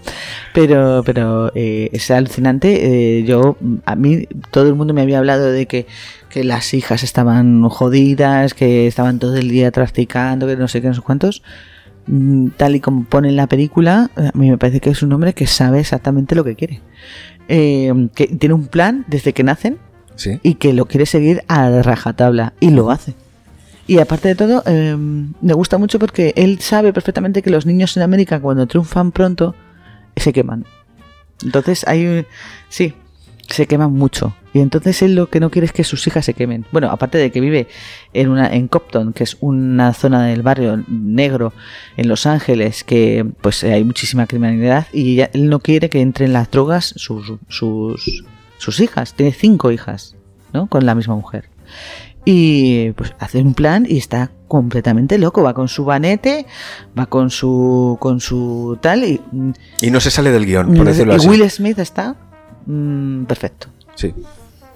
S2: Pero, pero eh, es alucinante. eh, yo, a mí, todo el mundo me había hablado de que, que las hijas estaban jodidas, que estaban todo el día trasticando, que no sé qué, no sé cuántos. Mm, Tal y como pone en la película, a mí me parece que es un hombre que sabe exactamente lo que quiere. Eh, que tiene un plan desde que nacen
S1: Sí.
S2: y que lo quiere seguir a rajatabla y lo hace. Y aparte de todo, eh, me gusta mucho porque él sabe perfectamente que los niños en América cuando triunfan pronto se queman. Entonces hay un- sí, se queman mucho. Y entonces él lo que no quiere es que sus hijas se quemen. Bueno, aparte de que vive en una en Copton, que es una zona del barrio negro en Los Ángeles, que pues eh, hay muchísima criminalidad y ella- él no quiere que entren las drogas sus sus sus hijas. Tiene cinco hijas, ¿no? Con la misma mujer. Y pues hace un plan y está completamente loco. Va con su banete, va con su con su tal y mm,
S1: Y no se sale del guión, por decirlo
S2: y
S1: así.
S2: Will Smith está mm, perfecto.
S1: Sí.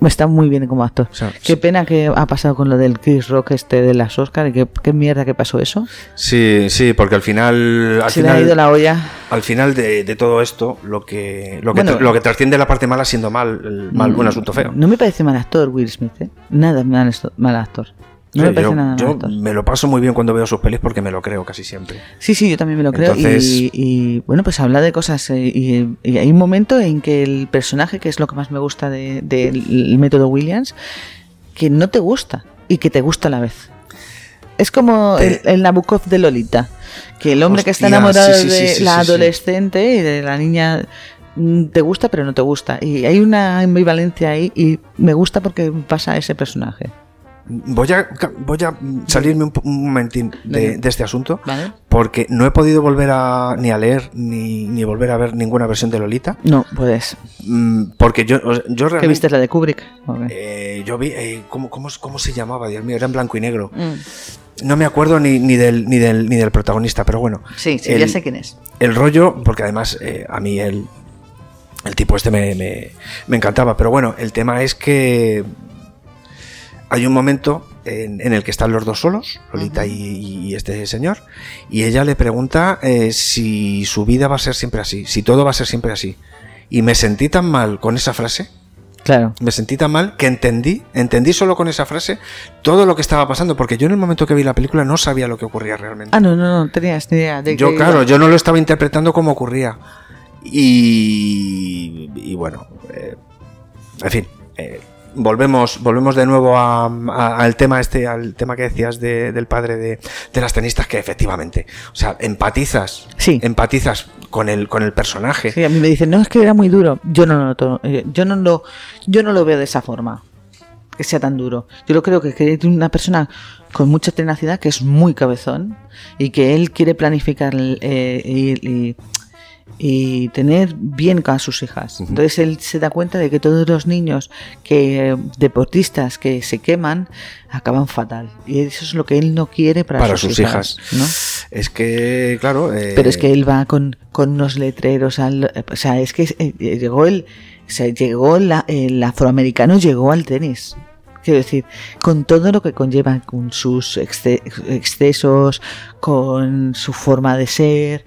S2: Está muy bien como actor.
S1: sea,
S2: qué pena que ha pasado con lo del Chris Rock este de las Oscar y qué, qué mierda que pasó eso.
S1: Sí, sí, porque al final. Al
S2: Se
S1: final,
S2: le ha ido la olla.
S1: al final de, de todo esto, lo que, lo, que
S2: Bueno.
S1: tra- lo que trasciende la parte mala siendo mal, el- mal un asunto feo.
S2: Mm, No me parece mal actor Will Smith, ¿eh? Nada mal, esto- mal actor. No
S1: Sí,
S2: me parece
S1: yo
S2: nada mal
S1: yo
S2: actor.
S1: me lo paso muy bien cuando veo sus pelis porque me lo creo casi siempre.
S2: Sí, sí, yo también me lo creo. y-
S1: Entonces-
S2: y, bueno, pues habla de cosas. eh, Y, y hay un momento en que el personaje, que es lo que más me gusta del de, del método Williams, que no te gusta y que te gusta a la vez. Es como el, el Nabokov de Lolita, que el hombre que está
S13: Hostia,
S2: enamorado
S13: sí, sí, sí,
S2: de
S13: sí,
S2: la
S13: sí, sí.
S2: adolescente y de la niña mm, te gusta pero no te gusta. Y hay una ambivalencia ahí y me gusta porque pasa ese personaje.
S1: Voy a, ca- voy a salirme un, po- un momentín de,
S2: Venga.
S1: de este asunto
S2: ¿Vale?
S1: porque no he podido volver a ni a leer ni, ni volver a ver ninguna versión de Lolita.
S2: No, puedes.
S1: Mm, Porque yo, o sea, yo
S2: ¿Qué
S1: realmente.
S2: viste la de Kubrick? Ok.
S1: eh, yo vi. eh, ¿cómo, cómo, cómo se llamaba? Dios mío, era en blanco y negro.
S2: Mm.
S1: No me acuerdo ni, ni, del, ni, del, ni del protagonista, pero bueno.
S2: Sí, sí, ya
S1: El-
S2: sé quién es.
S1: El rollo, porque además eh, a mí el, el tipo este me, me- me encantaba, pero bueno, el tema es que hay un momento en, en el que están los dos solos, Lolita y, y este señor, y ella le pregunta eh, si su vida va a ser siempre así, si todo va a ser siempre así. Y me sentí tan mal con esa frase
S2: Claro.
S1: me sentí tan mal que entendí, entendí solo con esa frase todo lo que estaba pasando, porque yo en el momento que vi la película no sabía lo que ocurría realmente.
S2: Ah, no, no, no tenías ni idea. De
S1: Yo,
S2: que-
S1: claro, yo no lo estaba interpretando como ocurría. Y, y bueno, eh, en fin, eh, volvemos, volvemos de nuevo a- a- al tema este, al tema que decías de- del padre de, de las tenistas, que efectivamente, o sea, empatizas, empatizas con el, con el personaje.
S2: Sí, a mí me dicen, no, es que era muy duro. Yo no lo noto, eh, yo no lo, yo no lo veo de esa forma, que sea tan duro. Yo lo creo que es una persona con mucha tenacidad, que es muy cabezón, y que él quiere planificar el- eh, y, y- y tener bien a sus hijas. Entonces él se da cuenta de que todos los niños que deportistas que se queman acaban fatal y eso es lo que él no quiere para,
S1: para sus, hijas.
S2: ¿no?
S1: Es que, claro. eh,
S2: Pero es que él va con, con unos letreros al, o sea, es que eh, llegó el o sea, llegó la- el afroamericano llegó al tenis. Quiero decir, con todo lo que conlleva, con sus exce- excesos, con su forma de ser,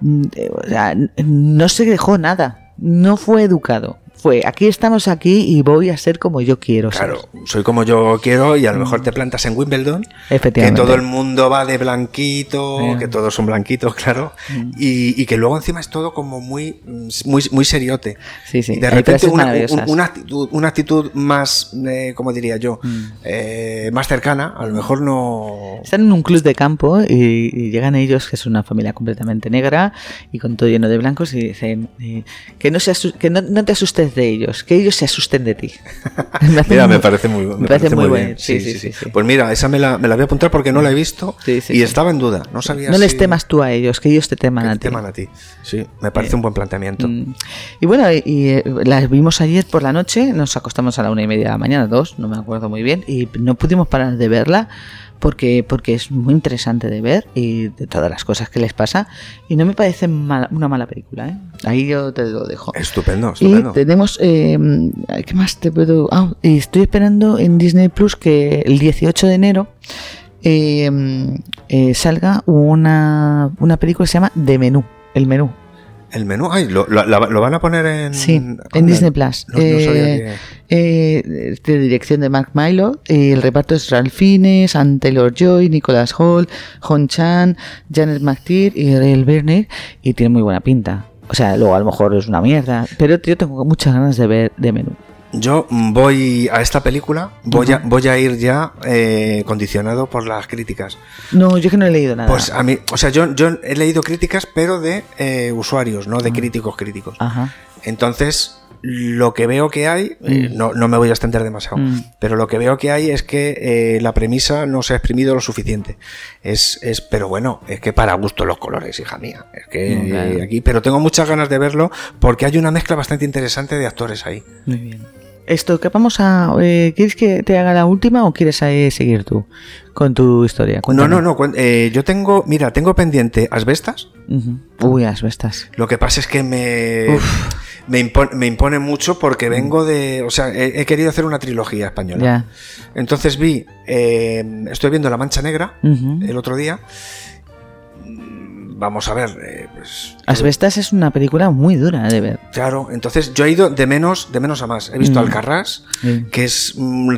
S2: mm, eh, o sea, n- no se dejó nada, no fue educado. Fue, aquí estamos aquí y voy a ser como yo quiero ser.
S1: Claro, soy como yo quiero y a lo mejor te plantas en Wimbledon, que
S2: Mm. Efectivamente.
S1: todo el mundo va de blanquito,
S2: Eh. Mm.
S1: que todos son blanquitos, claro, y, y que luego encima es todo como muy, muy, muy seriote.
S2: Sí, sí,
S1: Y de
S2: hay
S1: repente
S2: frases
S1: una,
S2: maravillosas.
S1: un- una actitud, una actitud más, eh, como diría yo,
S2: Mm.
S1: eh, más cercana, a lo mejor no...
S2: Están en un club de campo y, y llegan ellos, que es una familia completamente negra y con todo lleno de blancos, y dicen eh, que, no, se asu- que no, no te asustes de ellos, que ellos se asusten de ti. me, hace
S1: Mira,
S2: muy-
S1: me parece muy, me parece muy bien. Sí, sí, sí, Pues mira, esa me la, me la voy a apuntar porque no la he visto y
S2: Mm. sí.
S1: estaba en duda. No sabía
S2: No
S1: si-
S2: les temas tú a ellos, que ellos te teman a ti. Eh. Mm.
S1: teman a ti. Sí, me parece un buen planteamiento.
S2: Y bueno, y, y, eh, las vimos ayer por la noche, nos acostamos a la una y media de la mañana, dos, no me acuerdo muy bien, y no pudimos parar de verla porque, porque es muy interesante de ver y de todas las cosas que les pasa. Y no me parece mala- una mala película, ¿eh? Ahí yo te lo dejo.
S1: Estupendo,
S2: Y
S1: Eh, pues estupendo.
S2: tenemos, eh, ¿qué más te puedo? Ah, y estoy esperando en Disney Plus que el 18 de enero eh, eh, salga una, una película que se llama De Menú, el menú.
S1: El menú, ay, lo, lo- la- lo van a poner en...
S2: Sí, en Disney Plus.
S1: No, no sabía
S2: Eh,
S1: que-
S2: eh, de dirección de Mark Milo. eh, el reparto es Ralph Fiennes, Ann Taylor Joy, Nicholas Hall, Hon Chan, Janet McTeer y Ariel Berner. Y tiene muy buena pinta. O sea, luego a lo mejor es una mierda. Pero yo tengo muchas ganas de ver de menú.
S1: Yo mm, voy a esta película, voy, a, voy a ir ya eh, condicionado por las críticas.
S2: No, yo es que no he leído nada.
S1: Pues a mí, o sea, yo, yo he leído críticas, pero de eh, usuarios,
S2: Ah.
S1: no de críticos críticos.
S2: Ajá.
S1: Entonces, lo que veo que hay, eh,
S2: Mm.
S1: no, no me voy a extender demasiado,
S2: Mm.
S1: pero lo que veo que hay es que eh, la premisa no se ha exprimido lo suficiente. Es, es, pero bueno, es que para gusto los colores, hija mía. Es que
S2: Mm, claro.
S1: eh, aquí, pero tengo muchas ganas de verlo porque hay una mezcla bastante interesante de actores ahí.
S2: Muy bien. Esto, que vamos a. eh, ¿Quieres que te haga la última o quieres eh, seguir tú con tu historia? Cuéntame.
S1: No, no, no. cuen- eh, yo tengo, mira, tengo pendiente asbestas.
S2: Ujú. Uy, asbestas.
S1: Lo que pasa es que me, me, impone, me impone mucho porque vengo de. O sea, he, he querido hacer una trilogía española.
S2: Ya.
S1: Entonces vi. eh, estoy viendo La Mancha Negra
S2: Ujú.
S1: el otro día. Mm, Vamos a ver. eh, pues,
S2: Asbestas es una película muy dura de ver.
S1: claro, entonces yo he ido de menos, de menos a más. He visto
S2: Mm.
S1: Alcarrás,
S2: Mm.
S1: que es un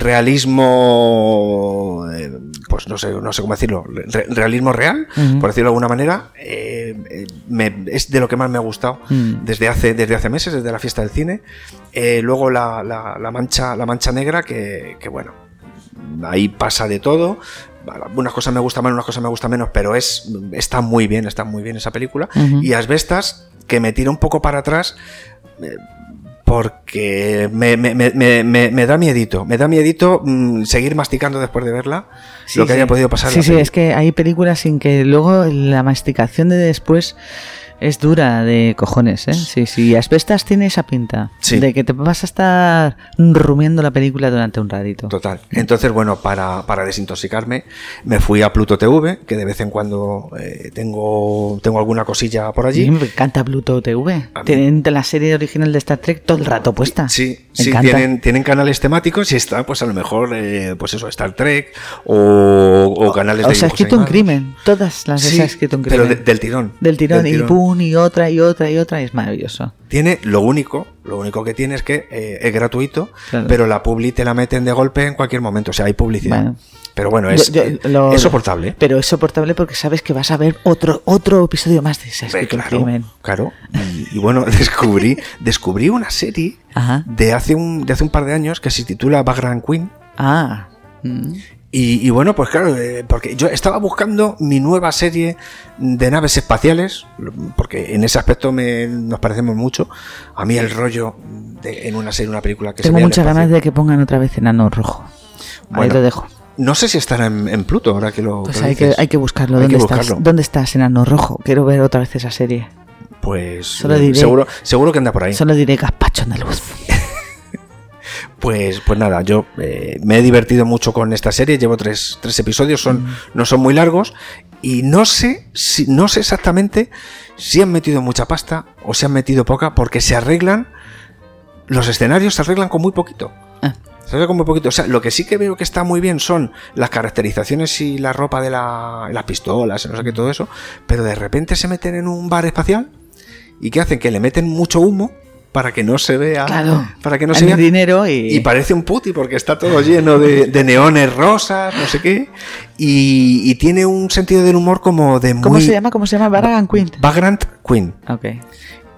S1: realismo. eh, Pues no sé, no sé cómo decirlo. re- realismo real,
S2: Ujú.
S1: por decirlo de alguna manera. eh, eh, me- es de lo que más me ha gustado
S2: Mm.
S1: desde hace, desde hace meses, desde la fiesta del cine. Eh, luego la, la- la mancha, la mancha negra, que, que bueno, ahí pasa de todo. Unas cosas me gustan más, unas cosas me gustan menos, pero es, está muy bien, está muy bien esa película.
S2: Ujú.
S1: Y Asbestas, que me tira un poco para atrás. eh, Porque me, me- me- me- me- me da miedito, me da miedito mm, seguir masticando después de verla
S2: Sí,
S1: lo que
S2: sí.
S1: haya podido pasar. en
S2: Sí,
S1: la
S2: sí,
S1: peli.
S2: es que hay películas sin que luego la masticación de después es dura de cojones, ¿eh? Sí, sí. Y Asbestas tiene esa pinta
S1: Sí.
S2: de que te vas a estar rumiando la película durante un ratito.
S1: Total. Entonces, bueno, para, para desintoxicarme, me fui a Pluto TV, que de vez en cuando eh, tengo, tengo alguna cosilla por
S2: Sí,
S1: allí.
S2: me encanta Pluto TV. Tienen la serie original de Star Trek todo el rato puesta.
S1: Sí,
S2: Me
S1: sí
S2: encanta.
S1: tienen, tienen canales temáticos y está, pues a lo mejor, eh, pues eso, Star Trek o, o canales de
S2: o sea, ha
S1: dibujos
S2: escrito un
S1: animados.
S2: crimen. Todas las de
S1: Sí,
S2: esas ha escrito un
S1: pero
S2: crimen.
S1: de- del tirón.
S2: Del tirón.
S1: Del
S2: y
S1: tirón.
S2: pum, y otra, y otra, y otra. Es maravilloso.
S1: Tiene lo único, lo único que tiene es que eh, es gratuito,
S2: Claro.
S1: pero la publi te la meten de golpe en cualquier momento. O sea, hay publicidad.
S2: Bueno.
S1: Pero bueno, es,
S2: Yo- yo
S1: eh,
S2: lo-
S1: es soportable.
S2: Pero es soportable porque sabes que vas a ver otro, otro episodio más de esa escrito un
S1: claro,
S2: crimen.
S1: claro. Y, y bueno, descubrí, descubrí una serie
S2: Ajá.
S1: de hace, un, de hace un par de años que se titula Background Queen.
S2: Ah. Mm.
S1: Y, y bueno, pues claro, eh, porque yo estaba buscando mi nueva serie de naves espaciales, porque en ese aspecto me- nos parecemos mucho. A mí el rollo de- en una serie, una película que se
S2: Tengo
S1: vea en el
S2: muchas
S1: espacio.
S2: ganas de que pongan otra vez enano rojo. Ahí
S1: Bueno,
S2: lo dejo.
S1: No sé si estará en, en Pluto ahora que lo.
S2: Pues
S1: lo
S2: hay que,
S1: dices.
S2: hay que buscarlo.
S1: Hay
S2: ¿Dónde
S1: que
S2: estás?
S1: buscarlo.
S2: ¿Dónde estás, enano rojo? Quiero ver otra vez esa serie.
S1: Pues
S13: Solo diré-
S1: seguro, seguro que anda por ahí.
S13: Solo diré gazpacho andaluz.
S1: Pues, pues nada, yo eh, me he divertido mucho con esta serie. Llevo tres, tres episodios, son, no son muy largos. Y no sé, si, no sé exactamente si han metido mucha pasta o si han metido poca, porque se arreglan. Los escenarios se arreglan con muy poquito.
S2: Ah.
S1: Se arreglan con muy poquito. O sea, lo que sí que veo que está muy bien son las caracterizaciones y la ropa de la- las pistolas, y no sé qué, todo eso. Pero de repente se meten en un bar espacial y ¿qué hacen? Que le meten mucho humo para que no se vea.
S13: Claro.
S1: Ah, Para que no
S13: Hay
S1: se vea.
S13: dinero y...
S2: Eh,
S1: Y parece un puti porque está todo lleno de, de neones rosas, no sé qué. Y, y tiene un sentido del humor como de muy...
S2: ¿Cómo se llama? ¿Cómo se llama? Barragan Quint.
S1: Vagrant Queen.
S2: Ok.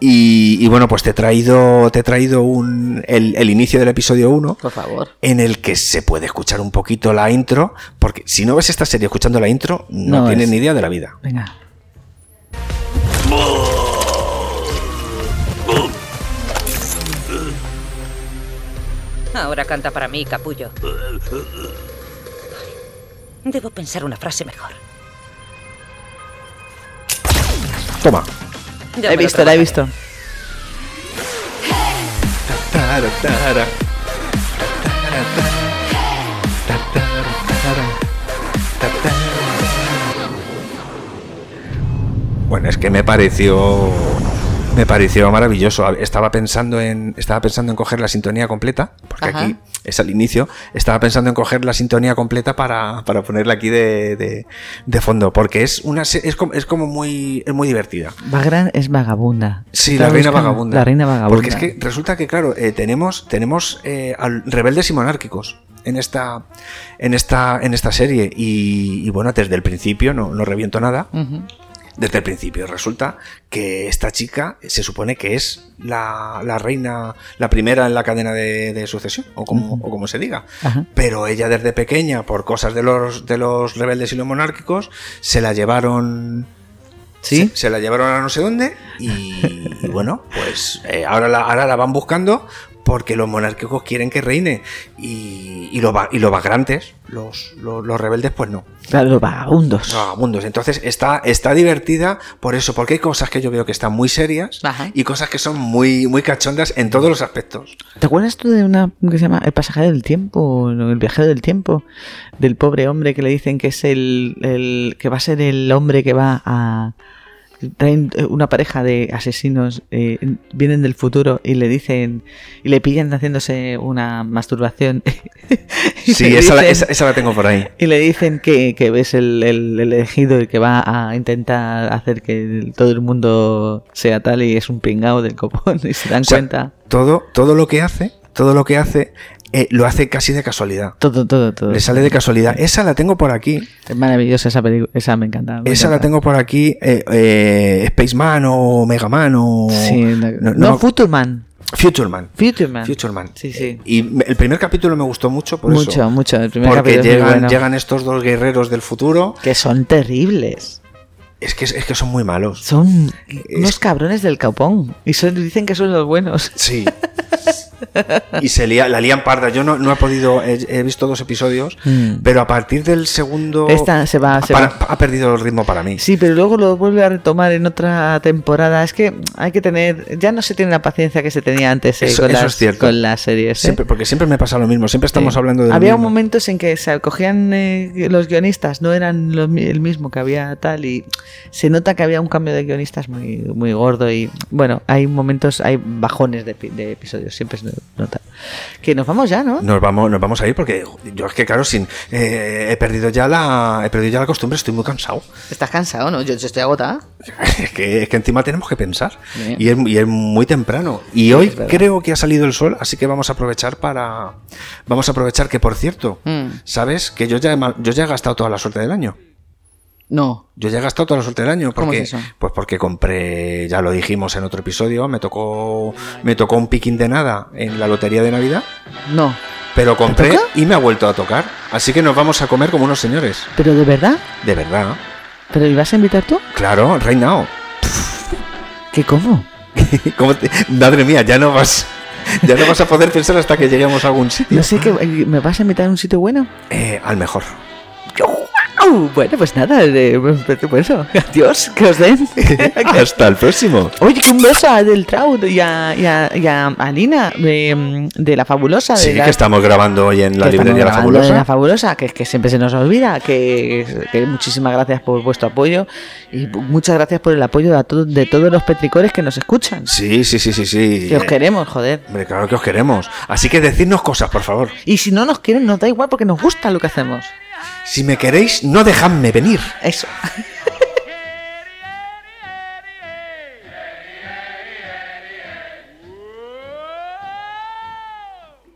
S1: Y, y bueno, pues te he traído, te he traído un, el, el inicio del episodio 1
S2: Por favor.
S1: en el que se puede escuchar un poquito la intro, porque si no ves esta serie escuchando la intro, no,
S2: No
S1: tienes
S2: es.
S1: ni idea de la vida.
S2: Venga.
S15: Ahora canta para mí, capullo. Debo pensar una frase mejor.
S1: Toma.
S15: Ya
S2: he
S15: me lo
S2: visto, la he
S15: trabajaré.
S2: visto.
S1: Bueno, es que me pareció. Me pareció maravilloso. A- Estaba pensando en. Estaba pensando en coger la sintonía completa. Porque
S9: Ajá.
S1: aquí es al inicio. Estaba pensando en coger la sintonía completa para, para ponerla aquí de, de- de fondo. Porque es una se- es como, es como muy. Es muy divertida.
S2: Vagrant es vagabunda.
S1: Sí,
S2: Está
S1: la reina
S2: buscando-
S1: vagabunda.
S2: La reina vagabunda.
S1: Porque es que resulta que, claro, eh, tenemos, tenemos eh, al- rebeldes y monárquicos en esta, en esta, en esta serie. Y, y bueno, desde el principio, no, no reviento nada.
S9: Ujú.
S1: Desde el principio resulta que esta chica se supone que es la, la reina, la primera en la cadena de, de sucesión, o como, o como se diga. Pero ella desde pequeña, por cosas de los, de los rebeldes y los monárquicos, se la llevaron. Se, se la llevaron a no sé dónde y, y bueno, pues eh, ahora, la, ahora la van buscando porque los monárquicos quieren que reine y, y los, va- y los vagrantes, los, los, los rebeldes, pues no.
S2: Claro, los vagabundos.
S1: Vagabundos. Entonces está, está divertida por eso, porque hay cosas que yo veo que están muy serias y cosas que son muy, muy cachondas en todos los aspectos.
S2: ¿Te acuerdas tú de una que se llama El pasajero del tiempo? o El viajero del tiempo. Del pobre hombre que le dicen que es el, el- que va a ser el hombre que va a. Traen eh, una pareja de asesinos, eh, vienen del futuro y le dicen. Y le pillan haciéndose una masturbación. Y
S1: Sí,
S2: le
S1: esa la,
S2: dicen-
S1: esa- esa la tengo por ahí.
S2: y le dicen que, que es el, el elegido el que va a intentar hacer que el- todo el mundo sea tal y es un pingao del copón y se dan
S1: O sea,
S2: cuenta.
S1: Todo, todo lo que hace, todo lo que hace, eh, lo hace casi de casualidad.
S2: Todo, todo, todo.
S1: Le sale de casualidad. Esa la tengo por aquí.
S2: Es maravillosa esa película, esa me encanta. me
S1: Esa la
S2: encanta.
S1: tengo por aquí, eh, eh, Spaceman o Megaman o...
S2: Sí, no, no, Futureman.
S1: Futureman.
S2: Futureman.
S1: Futureman.
S2: Sí, sí.
S1: Eh, Y me- el primer capítulo me gustó mucho por
S2: mucho,
S1: eso.
S2: mucho. El primer
S1: Porque
S2: capítulo es muy
S1: llegan,
S2: bueno.
S1: llegan estos dos guerreros del futuro.
S2: Que son terribles.
S1: Es que, es que son muy malos.
S2: Son unos cabrones del copón. Y son- dicen que son los buenos.
S1: Sí. Y se lía- la lían parda. Yo no, no he podido, he, he visto dos episodios,
S2: Mm.
S1: pero a partir del segundo
S2: Esta se va, se
S1: para-
S2: va.
S1: ha perdido el ritmo para mí.
S2: Sí, pero luego lo vuelve a retomar en otra temporada. Es que hay que tener, ya no se tiene la paciencia que se tenía antes eh,
S1: Eso-
S2: con,
S1: eso
S2: las,
S1: es cierto.
S2: con las series. ¿eh?
S1: Siempre- porque siempre me pasa lo mismo, siempre estamos
S2: Sí.
S1: hablando de... lo
S2: Había
S1: mismo.
S2: momentos en que se acogían eh, los guionistas, no eran los mi- el mismo que había tal y se nota que había un cambio de guionistas muy, muy gordo y bueno, hay momentos, hay bajones de, epi- de episodios, siempre se nota. Que nos vamos ya, ¿no?
S1: Nos vamos, nos vamos a ir porque yo es que claro, sin eh, he perdido ya la he perdido ya la costumbre, estoy muy cansado.
S2: ¿Estás cansado, no? Yo, yo estoy agotada.
S1: Es que, es que encima tenemos que pensar.
S2: Bien.
S1: Y es, y es muy temprano. Y hoy
S2: Es verdad.
S1: creo que ha salido el sol, así que vamos a aprovechar para. Vamos a aprovechar que, por cierto,
S2: Mm.
S1: ¿sabes? Que yo ya, he, ma- yo ya he gastado toda la suerte del año.
S2: No.
S1: Yo ya he gastado toda la suerte del año. Porque,
S2: ¿Cómo es eso?
S1: Pues porque compré, ya lo dijimos en otro episodio, me tocó, me tocó un piquín de nada en la lotería de Navidad.
S2: No.
S1: Pero compré
S2: toca?
S1: y me ha vuelto a tocar. Así que nos vamos a comer como unos señores.
S2: ¿Pero de verdad?
S1: De verdad.
S2: ¿Pero ibas a invitar tú?
S1: Claro, reinao.
S2: ¿Qué cómo?
S1: ¿Cómo te- Madre mía, ya no vas. Ya no vas a poder pensar hasta que lleguemos a algún sitio.
S2: No sé que eh, me vas a invitar a un sitio bueno.
S1: Eh, al mejor.
S2: Au, Bueno, pues nada, eh, bueno, adiós, que os den.
S1: Hasta el próximo.
S2: Oye, que un beso a Del Traut y a, y a, y a- a Nina de, de la fabulosa. de
S1: Sí,
S2: la-
S1: que estamos grabando hoy en la
S2: que estamos
S1: librería La
S2: grabando de
S1: Fabulosa.
S2: La Fabulosa, que, que siempre se nos olvida, que, que muchísimas gracias por vuestro apoyo y muchas gracias por el apoyo de, a to- de todos los petricores que nos escuchan.
S1: Sí, sí, sí, sí, sí.
S2: Que os queremos, joder.
S1: Hombre, claro que os queremos. Así que decidnos cosas, por favor.
S2: Y si no nos quieren, nos da igual porque nos gusta lo que hacemos.
S1: Si me queréis, no dejadme venir.
S2: Eso.